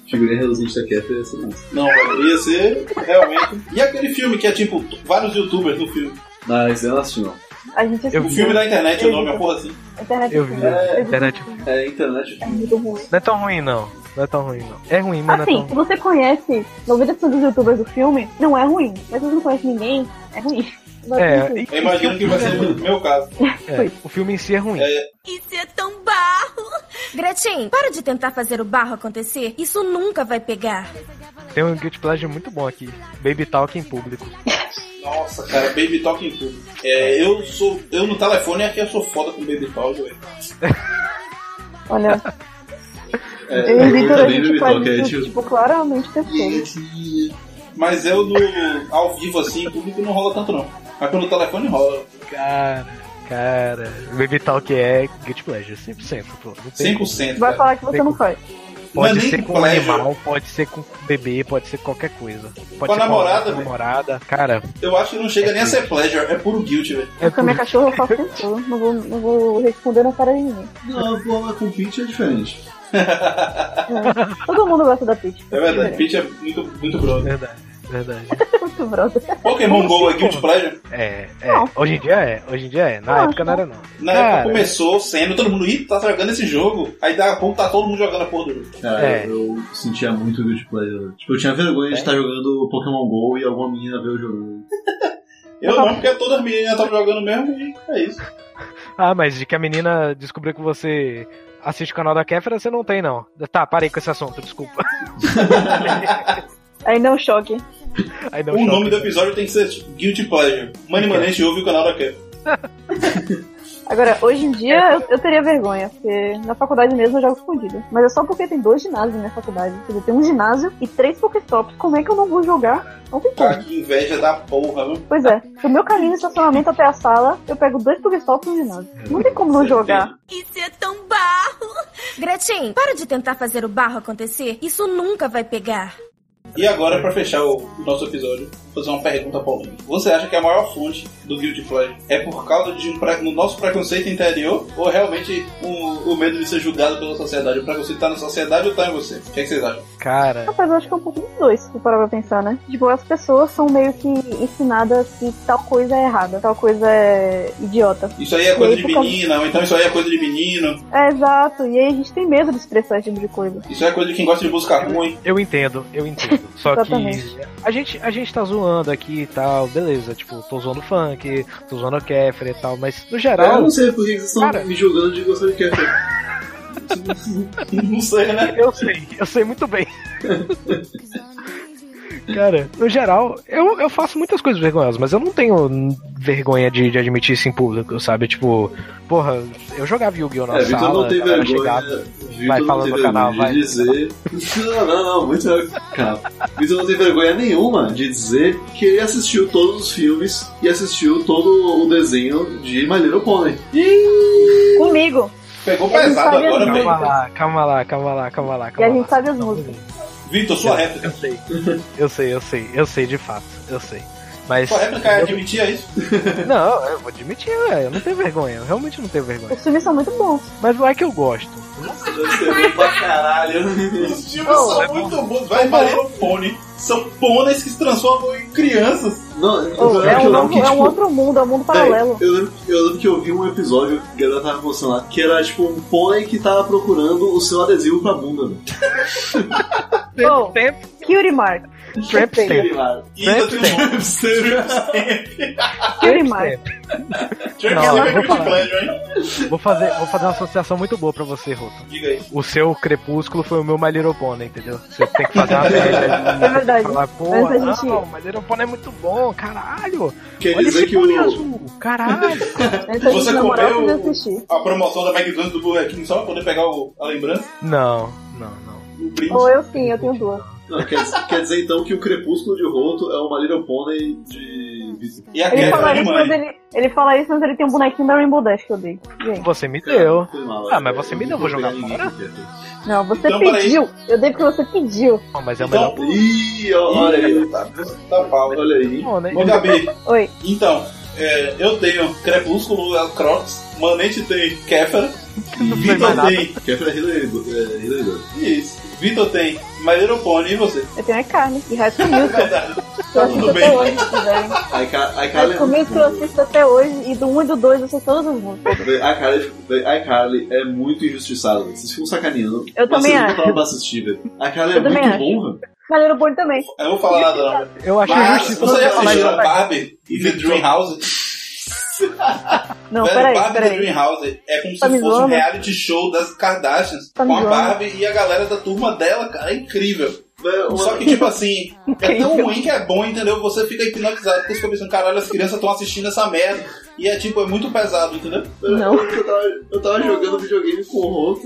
S4: figurinha é reluzente da Kéfera ia ser massa.
S1: Não, velho. Ia ser realmente. E aquele filme que é tipo vários youtubers no filme.
S4: Não, esse eu não assisti, não.
S2: A gente
S3: Eu
S1: O filme da internet, o nome é porra assim.
S2: A internet
S3: Eu vi,
S2: é,
S3: internet.
S4: É internet.
S2: é muito ruim.
S3: Não é tão ruim, não. Não é tão ruim, não. É ruim, mas não é
S2: Assim,
S3: tão
S2: se
S3: ruim.
S2: você conhece 90% dos youtubers do filme, não é ruim. Mas se você não conhece ninguém, é ruim.
S3: É, e-
S1: Eu imagino que vai ser o meu caso.
S3: é, o filme em si é ruim.
S5: Isso é tão barro! Gretchen, para de tentar fazer o barro acontecer. Isso nunca vai pegar.
S3: Tem um Guilty Pleasure muito bom aqui. Baby Talk em público.
S1: Nossa, cara, Baby Talk em tudo. É, eu sou. Eu no telefone aqui eu sou foda com Baby Talk, velho.
S2: Olha,
S4: É,
S2: eu e o Vitor, a
S4: também
S2: gente
S4: me
S2: faz
S4: toca, é,
S2: isso,
S4: tipo,
S2: tipo, claramente perfeito.
S1: Mas eu no. ao vivo assim, em público não rola tanto não. Mas quando o telefone rola.
S3: Cara, cara. Baby Talk é Guilty Pleasure, 100%, pô. Não tem como.
S1: 100%. cara.
S2: Vai falar que você não faz.
S1: Não é
S3: Pode
S1: nem
S3: ser com um
S1: pleasure.
S3: animal, pode ser com bebê, pode ser qualquer coisa.
S1: Com a
S3: Pode ser
S1: namorada,
S3: com
S1: velho.
S3: namorada. Cara,
S1: Eu acho que não chega nem a ser pleasure, é puro guilt, velho.
S3: é
S2: Com a minha cachorra eu faço isso. Não vou, não vou responder na cara de ninguém.
S4: Não, pô, mas com Pitch é diferente.
S2: É. Todo mundo gosta da Peach.
S1: É verdade, Peach é muito, muito brother.
S3: verdade, verdade.
S2: Muito brother.
S1: Pokémon Go é
S3: Como assim,
S1: guilt
S3: pô?
S1: pleasure?
S3: É, é.
S2: Não.
S3: Hoje em dia é, hoje em dia é. Na
S2: Não,
S3: época não era não.
S1: Na
S3: Cara.
S1: época começou sendo, todo mundo, ih, tá jogando esse jogo. Aí daqui a pouco tá todo mundo jogando a porra do jogo.
S4: Cara,
S3: É.
S4: eu sentia muito Guilty Pleasure. Tipo, eu tinha vergonha de
S3: É?
S4: estar jogando Pokémon GO e alguma menina veio jogando.
S1: Eu não, porque todas as meninas estavam jogando mesmo e é isso.
S3: Ah, mas de que a menina descobriu que você assiste o canal da Kéfera, você não tem, não. Tá, parei com esse assunto, desculpa.
S2: Ainda é um choque.
S3: Aí deu um
S1: O
S3: choque.
S1: nome do episódio tem que ser tipo, Guilty Pleasure. Mani Manente ouve o canal da Cap.
S2: Agora, hoje em
S3: É.
S2: dia eu, eu teria vergonha, porque na faculdade mesmo eu jogo escondido. Mas é só porque tem dois ginásios na minha faculdade. Quer dizer, tem um ginásio e três Pokéstops. Como é que eu não vou jogar? Não tem como.
S3: É.
S1: Ah, que inveja da porra, viu?
S2: Pois é, do meu caminho do estacionamento até a sala, eu pego dois Pokéstops e um
S3: É.
S2: ginásio. Não tem como não jogar.
S5: Isso é tão barro! Gretchen, para de tentar fazer o barro acontecer. Isso nunca vai pegar.
S1: E agora, pra fechar o nosso episódio, vou fazer uma pergunta polêmica. Você acha que é a maior fonte do Guilty Pleasure é por causa de um pre- no nosso preconceito interior? Ou realmente um, o, o medo de ser julgado pela sociedade? O preconceito tá na sociedade ou tá em você? O que, é que vocês acham?
S3: Cara,
S2: Rapaz, eu acho que é um pouco dos dois, se tu parar pra pensar, né? Tipo, as pessoas são meio que ensinadas que tal coisa é errada, tal coisa é idiota.
S1: Isso aí é coisa
S2: Eu
S1: de
S2: por causa-
S1: menina, ou então isso aí é coisa de menino,
S2: É exato, e aí a gente tem medo de expressar esse tipo de coisa.
S1: isso aí é coisa de quem gosta de buscar ruim.
S3: eu entendo, eu entendo. Só que
S2: Exatamente.
S3: a gente, a gente tá zoando aqui e tal, beleza. Tipo, tô zoando o funk, tô zoando a Kéfera e tal, mas no
S4: eu
S3: geral,
S4: não sei por que vocês estão
S3: Cara.
S4: me julgando de gostar de Kéfera.
S1: Não sei, né?
S3: eu sei, eu sei muito bem. Cara, no geral, eu, eu faço muitas coisas vergonhosas, mas eu não tenho vergonha de, de admitir isso em público, sabe? Tipo, porra, eu jogava Yu-Gi-Oh! na
S4: É,
S3: sala,
S4: Vitor não tem
S3: a galera
S4: vergonha.
S3: chegava-
S4: né?
S3: Vai,
S4: Vitor não
S3: fala
S4: tem
S3: no canal,
S4: vergonha
S3: vai.
S4: de dizer. Não, não, não, muito é cara. Vitor não tem vergonha nenhuma de dizer que ele assistiu todos os filmes e assistiu todo o desenho de My Little Pony.
S2: Comigo!
S1: Pegou
S2: Eu não
S1: pesado
S2: sabia
S1: agora,
S2: não.
S1: velho.
S3: Calma lá, calma lá, calma lá, calma lá.
S2: E
S3: calma
S2: a gente
S3: lá.
S2: sabe as músicas.
S1: Vitor, sua réplica.
S3: Eu sei, eu sei, eu sei, eu sei de fato, eu sei. Mas.
S1: Sua réplica é admitir isso.
S3: Não, eu vou admitir, velho. Eu não tenho vergonha, eu realmente não tenho vergonha.
S2: Os filmes são muito bons.
S3: Mas não é que eu gosto.
S4: pra caralho.
S1: Os filmes são é muito bons. Vai Maria Pony. São pôneis que se transformam em crianças.
S4: Não, o
S2: Oh,
S4: pior
S2: é,
S4: que
S2: um
S4: eu
S2: novo-
S4: lembro que,
S2: é um
S4: tipo,
S2: outro mundo, é um mundo
S4: Véi,
S2: paralelo.
S4: Eu lembro, eu lembro que eu vi um episódio que a galera tava postando lá, que era tipo um pônei que tava procurando o seu adesivo pra bunda. né?
S2: Oh.
S3: Tramp,
S2: Cutie Mark.
S3: tramp stamp.
S4: Sei lá.
S1: E ainda
S3: Sempre
S1: tem um
S2: Cutie Mark.
S3: Tramp stamp.
S1: Tinha que
S3: Não,
S1: ser
S3: eu vou
S1: muito
S3: falar.
S1: pleasure, hein?
S3: Vou fazer, vou fazer uma associação muito boa pra você, Roto.
S1: Diga aí.
S3: O seu crepúsculo foi o meu My Little Pony, entendeu? Você tem que fazer uma média.
S2: É verdade.
S3: Falar, pô,
S2: Mas a gente-
S3: não, My Little Pony é muito bom, caralho.
S4: Quer
S3: Olha
S4: dizer
S3: esse
S4: que o.
S3: pônei azul, caralho.
S2: Antes a gente
S1: Você
S2: namorar, eu
S1: comeu-
S2: preciso assistir.
S1: A promoção da McDonald's do Burger King só pra poder pegar o- a lembrança.
S3: Não, não, não.
S1: O brinde.
S2: Ou eu sim, eu tenho duas.
S4: Não, quer, dizer- quer dizer então que o crepúsculo de Roto é uma Little Pony de. de-
S1: E a
S2: Ele
S1: quebra
S2: fala
S1: de
S2: isso, mas
S1: mãe.
S2: ele, ele fala isso, mas ele tem um bonequinho da Rainbow Dash que eu dei. Gente,
S3: Você me deu.
S4: Foi mal,
S3: Ah,
S4: é,
S3: mas você me deu,
S4: não
S3: vou jogar
S4: pegar
S3: fora?
S4: ninguém aqui.
S2: não, você
S1: Então, peraí.
S2: pediu. Eu dei porque você pediu.
S3: Não, mas é o melhor
S1: Então,
S4: Ih, ó, olha aí. Tá,
S1: tá pau.
S4: olha aí.
S3: Pony, né?
S1: Ô, Gabi,
S2: Oi.
S1: então, é, eu tenho Crepúsculo, a Crocs, Manente tem Kéfera,
S3: né? Não tem mais
S1: Vitor
S3: nada.
S1: tem...
S4: Que é pra Hillary. É, Hillary.
S1: Isso. Vitor tem My Little Pony e você.
S2: Eu tenho a carne. E High School Musical.
S1: É Verdade.
S2: que eu
S1: Tá
S2: assisto
S1: tudo
S2: até
S1: bem.
S2: hoje, se quiserem.
S4: Ai, ca- ai,
S2: High School
S4: cara,
S2: Musical eu assisto até hoje. E do 1 e do 2 eu sei todas as músicas.
S4: Véi, A Carly, véi, a Carly é muito injustiçada. Vocês ficam sacaneando.
S2: Eu também
S4: Vocês não
S2: acho.
S4: botaram pra assistir, velho. A Carly é
S2: Eu também
S4: muito
S2: acho.
S4: bom, velho.
S2: Valeu Boni também.
S1: Eu não vou falar nada, não.
S3: Eu acho
S1: Mas,
S3: justo
S1: você já
S3: falar
S1: assistiu
S3: isso.
S1: a Barbie e The Dream House?
S2: Não,
S1: Velho,
S2: peraí,
S1: Barbie e The
S2: peraí.
S1: Dream House é como
S2: Tá
S1: se
S2: me
S1: fosse um
S2: zoando?
S1: reality show das Kardashians
S2: Tá me
S1: com a
S2: zoando?
S1: Barbie e a galera da turma dela, cara. É incrível.
S4: Véi, Né, uma-
S1: Só que, tipo assim, é tão
S2: Incrível.
S1: ruim que é bom, entendeu? Você fica hipnotizado, porque você fica pensando, caralho, as crianças estão assistindo essa merda. E é tipo, é muito pesado, entendeu?
S2: Não.
S4: Eu tava, eu tava jogando videogame com o Roto,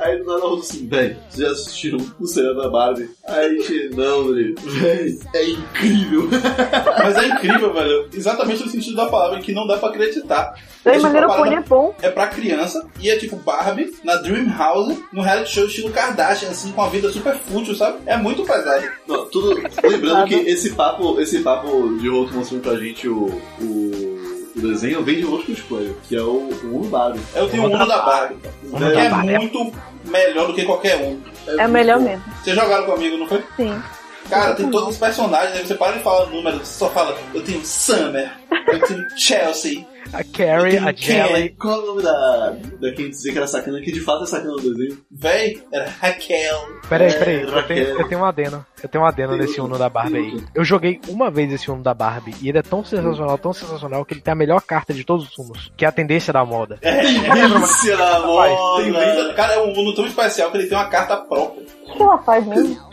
S4: aí do nada o Roto assim, velho, vocês já assistiram o seriado da Barbie? Aí a gente, não, velho, véi, é incrível.
S1: Mas é incrível, velho. Exatamente o sentido da palavra, que não dá pra acreditar.
S2: Daí,
S1: tipo,
S2: Maneiro
S1: uma
S2: Pony é
S1: parada-
S2: bom.
S1: é pra criança e é tipo Barbie na Dream House, num reality show estilo Kardashian, assim, com a vida super fútil, sabe? É muito pesado.
S4: Não, tudo, lembrando que esse papo, esse papo de Roto mostrando pra gente o, o, o desenho vem de um outro cosplay, que é o, o Uno Barbie.
S1: Eu tenho o Uno da Barbie, que
S4: Véi,
S1: é
S3: Barbie.
S1: muito melhor do que qualquer um.
S2: É o melhor
S4: muito bom.
S2: mesmo.
S1: Vocês jogaram comigo, não foi?
S2: Sim.
S1: Cara, tem todos os personagens, aí você para de falar números, você só fala, eu tenho Summer, eu tenho Chelsea,
S3: A
S1: eu
S3: Carrie,
S1: tenho
S3: a Jelly.
S1: Kelly.
S4: Qual é o nome da. da quem dizia que era sacana, que de fato é sacana no desenho?
S1: Véi, era Raquel.
S3: Peraí,
S4: É,
S3: peraí, eu tenho,
S4: Raquel.
S3: eu tenho um adeno. Eu tenho um adeno
S4: Tem
S3: nesse
S4: outro,
S3: Uno da Barbie
S4: tem
S3: aí.
S4: outro.
S3: Eu joguei uma vez esse Uno da Barbie e ele é tão sensacional, tão sensacional, que ele tem a melhor carta de todos os Unos, que é a tendência da moda.
S2: É
S4: Delícia na
S1: Tem
S4: moda!
S1: brinda- Cara, é um mundo tão especial que ele tem uma carta própria.
S2: O que ela faz mesmo?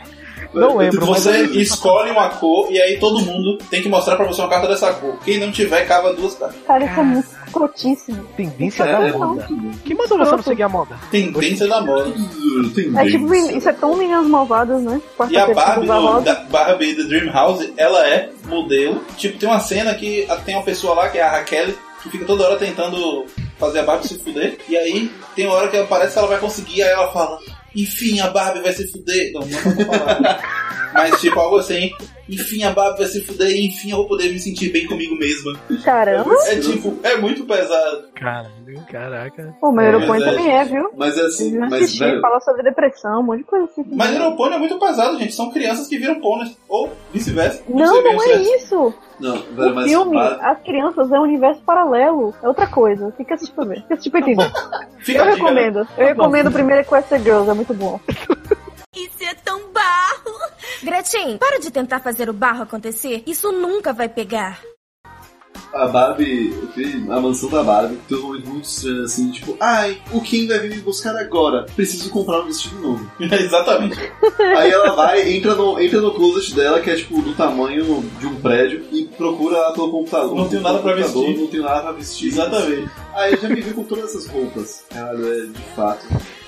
S3: Não lembro, mas é
S1: Você escolhe uma cor e aí todo mundo tem que mostrar pra você uma carta dessa cor. Quem não tiver, cava duas cartas.
S2: Cara, isso é muito escrotíssimo.
S3: tendência da
S4: É, é
S3: moda.
S4: muito bom.
S3: Que mandou você não seguir a moda?
S1: Tendência da moda.
S4: Tem
S2: É tipo,
S4: bem.
S2: isso é tão meninas malvadas, né?
S1: E a Barbie, no,
S2: rosa.
S1: da Barbie The Dream House, ela é modelo. Tipo, tem uma cena que tem uma pessoa lá, que é a Raquel, que fica toda hora tentando fazer a Barbie se fuder. E aí, tem uma hora que parece que ela vai conseguir, aí ela fala, enfim, a Barbie vai se fuder. Não, não vou falar. Mas tipo, algo assim, enfim, a Barbie vai se fuder e enfim eu vou poder me sentir bem comigo mesma.
S4: Uhum.
S2: Caramba!
S1: É tipo, é muito pesado.
S3: Caralho, caraca.
S2: O meu
S3: É
S2: Europone
S1: verdade.
S2: também é, viu?
S4: Mas é assim,
S2: Eles não
S4: mas
S2: assistiam,
S4: velho,
S2: fala sobre depressão, um monte de coisa assim.
S1: né, Mas Europônio é muito pesado, gente. São crianças que viram pôneis. Ou vice-versa.
S2: Não, não é
S1: isso. né?
S2: isso!
S4: não, velho,
S2: O
S4: mas
S2: filme,
S4: Barbie-
S2: as crianças, é um universo paralelo. É outra coisa. Fica assistindo pra ver. Fica assistindo pra entender.
S1: Fica a dica,
S2: Eu
S1: né?
S2: recomendo. Eu recomendo o primeiro Quest Girls, é muito bom.
S5: Isso é tão barro! Gretchen, para de tentar fazer o barro acontecer. Isso nunca vai pegar.
S4: a Barbie, tem a mansão da Barbie, tem um momento muito estranho assim, tipo, ai, o Ken vai vir me buscar agora, preciso comprar um vestido novo.
S1: Exatamente.
S4: Aí ela vai, entra no, entra no closet dela, que é tipo do tamanho de um prédio, e procura lá pelo computador.
S1: Não tem nada pra
S4: Computador,
S1: vestir.
S4: Não tem nada pra vestir.
S1: Exatamente.
S4: Aí já me viu com todas essas roupas. Cara, é de fato.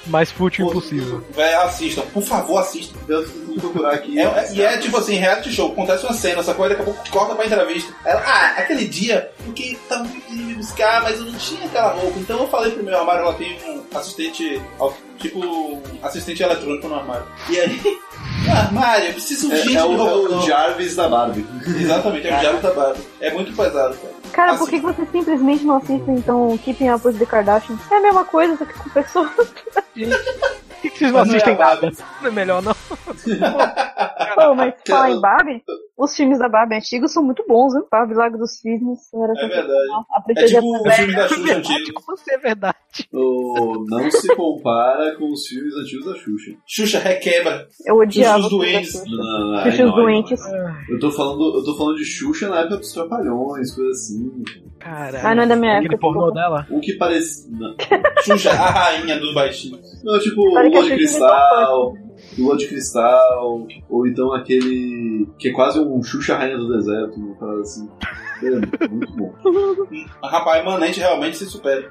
S3: Mais fútil
S1: Pô,
S3: impossível.
S1: Véi, assistam. Por favor, assistam.
S4: Eu vou procurar aqui.
S1: É- é- e é tipo assim, reality show. Acontece uma cena, essa coisa daqui a pouco corta pra entrevista. Ela, ah, aquele dia, porque tava muito me buscar, mas eu não tinha aquela roupa. Então eu falei pro meu armário, ela tem um assistente, ao- tipo, um assistente eletrônico no armário. E aí, no armário, Ah, eu preciso
S4: É-
S1: urgente
S4: é o,
S1: de
S4: é
S1: roupa.
S4: o Jarvis da Barbie.
S1: Exatamente, é o diabo da Barbie. É muito pesado, cara.
S2: Cara, por
S1: Assim.
S2: que que vocês simplesmente não assistem, então, Keeping Up with the Kardashians? É a mesma coisa, só que com pessoas.
S3: Por que, que vocês não
S1: Mas não é
S3: assistem
S1: a Barbie.
S3: nada? Não é melhor não.
S2: Pô, mas falar em Barbie, os filmes da Barbie antigos são muito bons, né? Barbie Lago dos Cisnes, era
S1: É
S2: sensacional.
S1: verdade.
S2: A
S1: É
S2: princesa
S1: tipo o filme da Xuxa antigo.
S3: Você é verdade.
S4: O- não se compara com os filmes antigos da Xuxa.
S1: Xuxa requebra.
S2: eu odiava.
S1: Xuxa os
S2: o filme da
S1: doentes. né?
S2: Xuxa.
S4: Não, não, é
S2: Xuxa
S4: não, aí
S2: os
S4: não, aí não,
S2: doentes.
S4: aí não. Eu tô falando, eu tô falando de Xuxa na época dos Trapalhões, coisa assim.
S3: Caralho.
S2: Ah, não é da minha
S3: Aquele
S2: época.
S3: pornô
S2: desculpa.
S3: dela?
S4: O que parece. Não,
S1: Xuxa, a rainha do baixinho.
S4: não, tipo,
S2: Olha que tá
S4: Lua
S2: a
S4: de
S2: Xuxa
S4: Cristal,
S2: né?
S4: Lua de Cristal, ou então aquele. que é quase um Xuxa Rainha do Deserto, uma parada assim. É, muito bom.
S1: A rapaz emanente realmente se supera.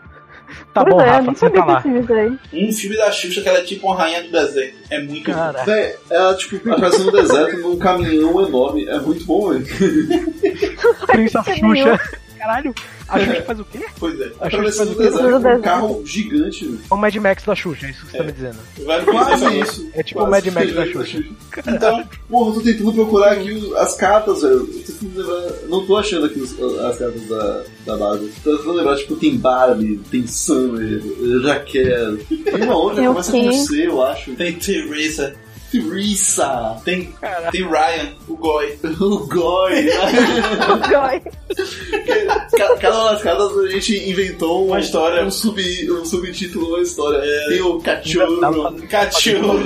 S3: Tá
S2: Pois
S3: bom,
S2: é,
S3: Rafa,
S2: nem
S3: senta
S2: sabia
S3: lá.
S2: que filmes aí.
S1: Um filme da Xuxa que ela é tipo uma rainha do deserto. É muito bom.
S3: Cara,
S4: Véi, ela, tipo, atravessando o deserto num caminhão enorme. É muito bom, velho.
S3: Princesa
S2: Nenhum.
S3: Xuxa. Caralho, a Xuxa faz o quê?
S1: Pois é.
S3: A Xuxa faz
S4: Atravessando
S3: o
S4: o
S3: quê?
S4: deserto com um
S2: deserto.
S4: carro gigante, velho.
S3: É o Mad Max da Xuxa, é isso que você tá me dizendo.
S1: Vale
S4: Quase
S1: isso.
S4: isso.
S3: É tipo o Mad
S4: Quase.
S3: Max da Xuxa.
S1: Então,
S4: Porra, eu tô tentando procurar aqui o- as cartas, velho. Eu tô tentando lembrar- Não tô achando aqui os- as cartas da, da Barbie. Tô tentando lembrar, tipo, tem Barbie, tem Summer, Raquel. Tem uma outra que
S2: Tem o
S4: começa com
S2: quê?
S4: C, eu acho.
S1: tem Teresa,
S4: Teresa,
S1: tem, tem Ryan, o Goy.
S4: o Goy. Ca- Cada uma das cartas a gente inventou
S1: Uma história.
S4: um, sub, um subtítulo, uma história.
S3: É.
S4: Tem o
S3: Engraçado.
S4: cachorro,
S1: Cachorro.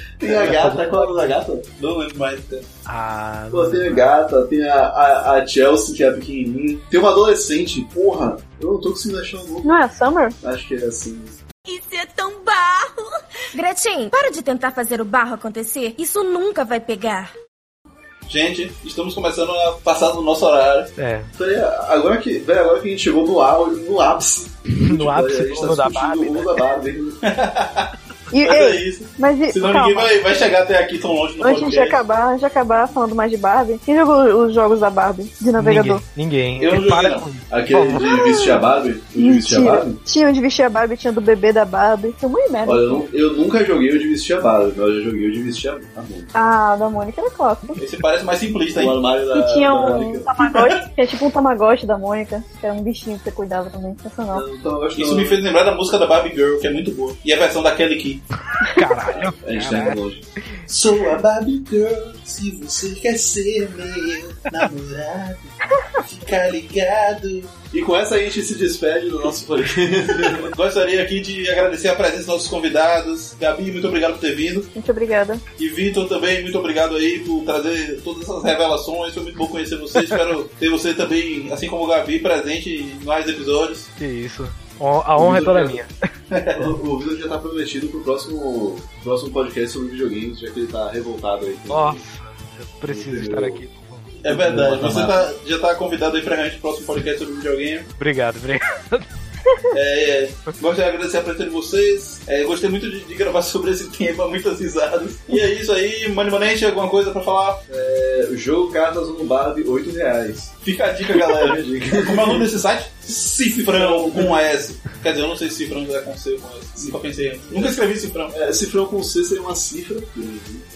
S4: tem a gata, qual é o nome da gata?
S1: Não lembro mais. cara.
S3: Ah,
S4: Pô, tem a gata, tem a, a, a Chelsea, que é a pequenininha. Tem uma adolescente, porra. Eu não tô conseguindo achar o nome.
S2: Não é a Summer?
S4: Acho que é assim.
S5: Isso é tão barro! Gretchen, para de tentar fazer o barro acontecer. Isso nunca vai pegar.
S1: Gente, estamos começando a passar do nosso horário.
S3: é.
S4: Peraí, agora que, velho, agora que a gente chegou no, au, no ápice.
S3: No ápice
S4: a
S3: do
S4: gente tá
S3: mundo da
S4: discutindo
S3: Barbie, né?
S4: o mundo da Barbie.
S2: E,
S1: Mas
S2: ei,
S1: é isso.
S2: mas e,
S1: Senão
S2: calma.
S1: ninguém vai, vai chegar até aqui tão longe no
S2: Antes de
S1: podcast.
S2: acabar, antes de acabar falando mais de Barbie, quem jogou os jogos da Barbie de navegador?
S3: Ninguém, É, ninguém.
S1: Eu não
S3: para
S1: joguei,
S3: com isso.
S4: Aquele de vestir a Barbie? O de vestir a
S2: Mentira.
S4: Barbie?
S2: Tinha o de vestir a Barbie, tinha o do bebê da Barbie. Tinha muito merda.
S4: Olha, eu, nu- eu nunca joguei o de vestir a Barbie, mas eu já joguei o de vestir a Barbie. Tá
S2: Ah, da Mônica era clássico.
S1: Esse parece mais simplista,
S4: O
S1: hein?
S4: armário da,
S2: E tinha
S4: da
S2: um
S4: Mônica.
S2: Tamagotchi, que é tipo um Tamagotchi da Mônica, que era um bichinho que você cuidava também, sensacional.
S4: Eu não tava
S1: Isso me
S4: achando.
S1: fez lembrar da música da Barbie Girl, que é muito boa. E a versão da Kelly Key. Baby.
S3: Caralho.
S4: A gente tá indo longe.
S1: Sou a Baby Girl, se você quer ser meu namorado, fica ligado.
S4: E com essa a gente se despede do nosso podcast.
S1: Gostaria aqui de agradecer a presença dos nossos convidados. Gabi, muito obrigado por ter vindo.
S2: Muito obrigada.
S1: E Vitor também, muito obrigado aí por trazer todas essas revelações. Foi muito bom conhecer você. Espero ter você também, assim como o Gabi, presente em mais episódios.
S3: Que isso. Hon- A honra é toda minha.
S4: o Vitor já tá prometido pro próximo, próximo podcast sobre videogames, já que ele tá revoltado aí.
S3: Nossa, eu preciso estar aqui.
S1: É verdade.
S4: Boa,
S1: Você
S4: Tamara.
S1: tá- já está convidado aí pra gente pro próximo podcast sobre videogame.
S3: Obrigado, obrigado.
S1: É, gostaria de agradecer a presença de vocês. É, gostei muito de, de gravar sobre esse tema, muitas risadas. E é isso aí, Mani Manente, alguma coisa pra falar?
S4: É, jogo Cartas no Barbie, 8 reais.
S1: Fica a dica, galera.
S4: Dica.
S1: Como é o nome desse site? Cifrão com S. Quer dizer, eu não sei se Cifrão já é com C ou com S. Nunca pensei antes. Nunca escrevi Cifrão.
S4: É, cifrão com C seria uma cifra.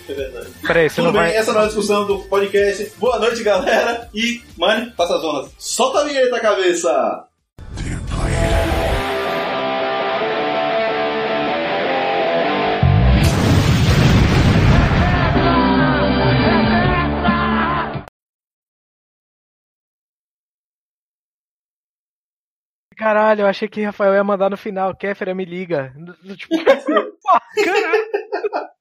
S1: É verdade.
S3: Peraí, você
S1: Tudo
S3: não
S1: bem,
S3: vai.
S1: essa é a nossa discussão do podcast. Boa noite, galera. E, Mani, passa as zonas.
S4: Solta a vinheta, cabeça!
S3: Caralho, eu achei que Rafael ia mandar no final. Kéfera, me liga. Tipo, porra, caralho.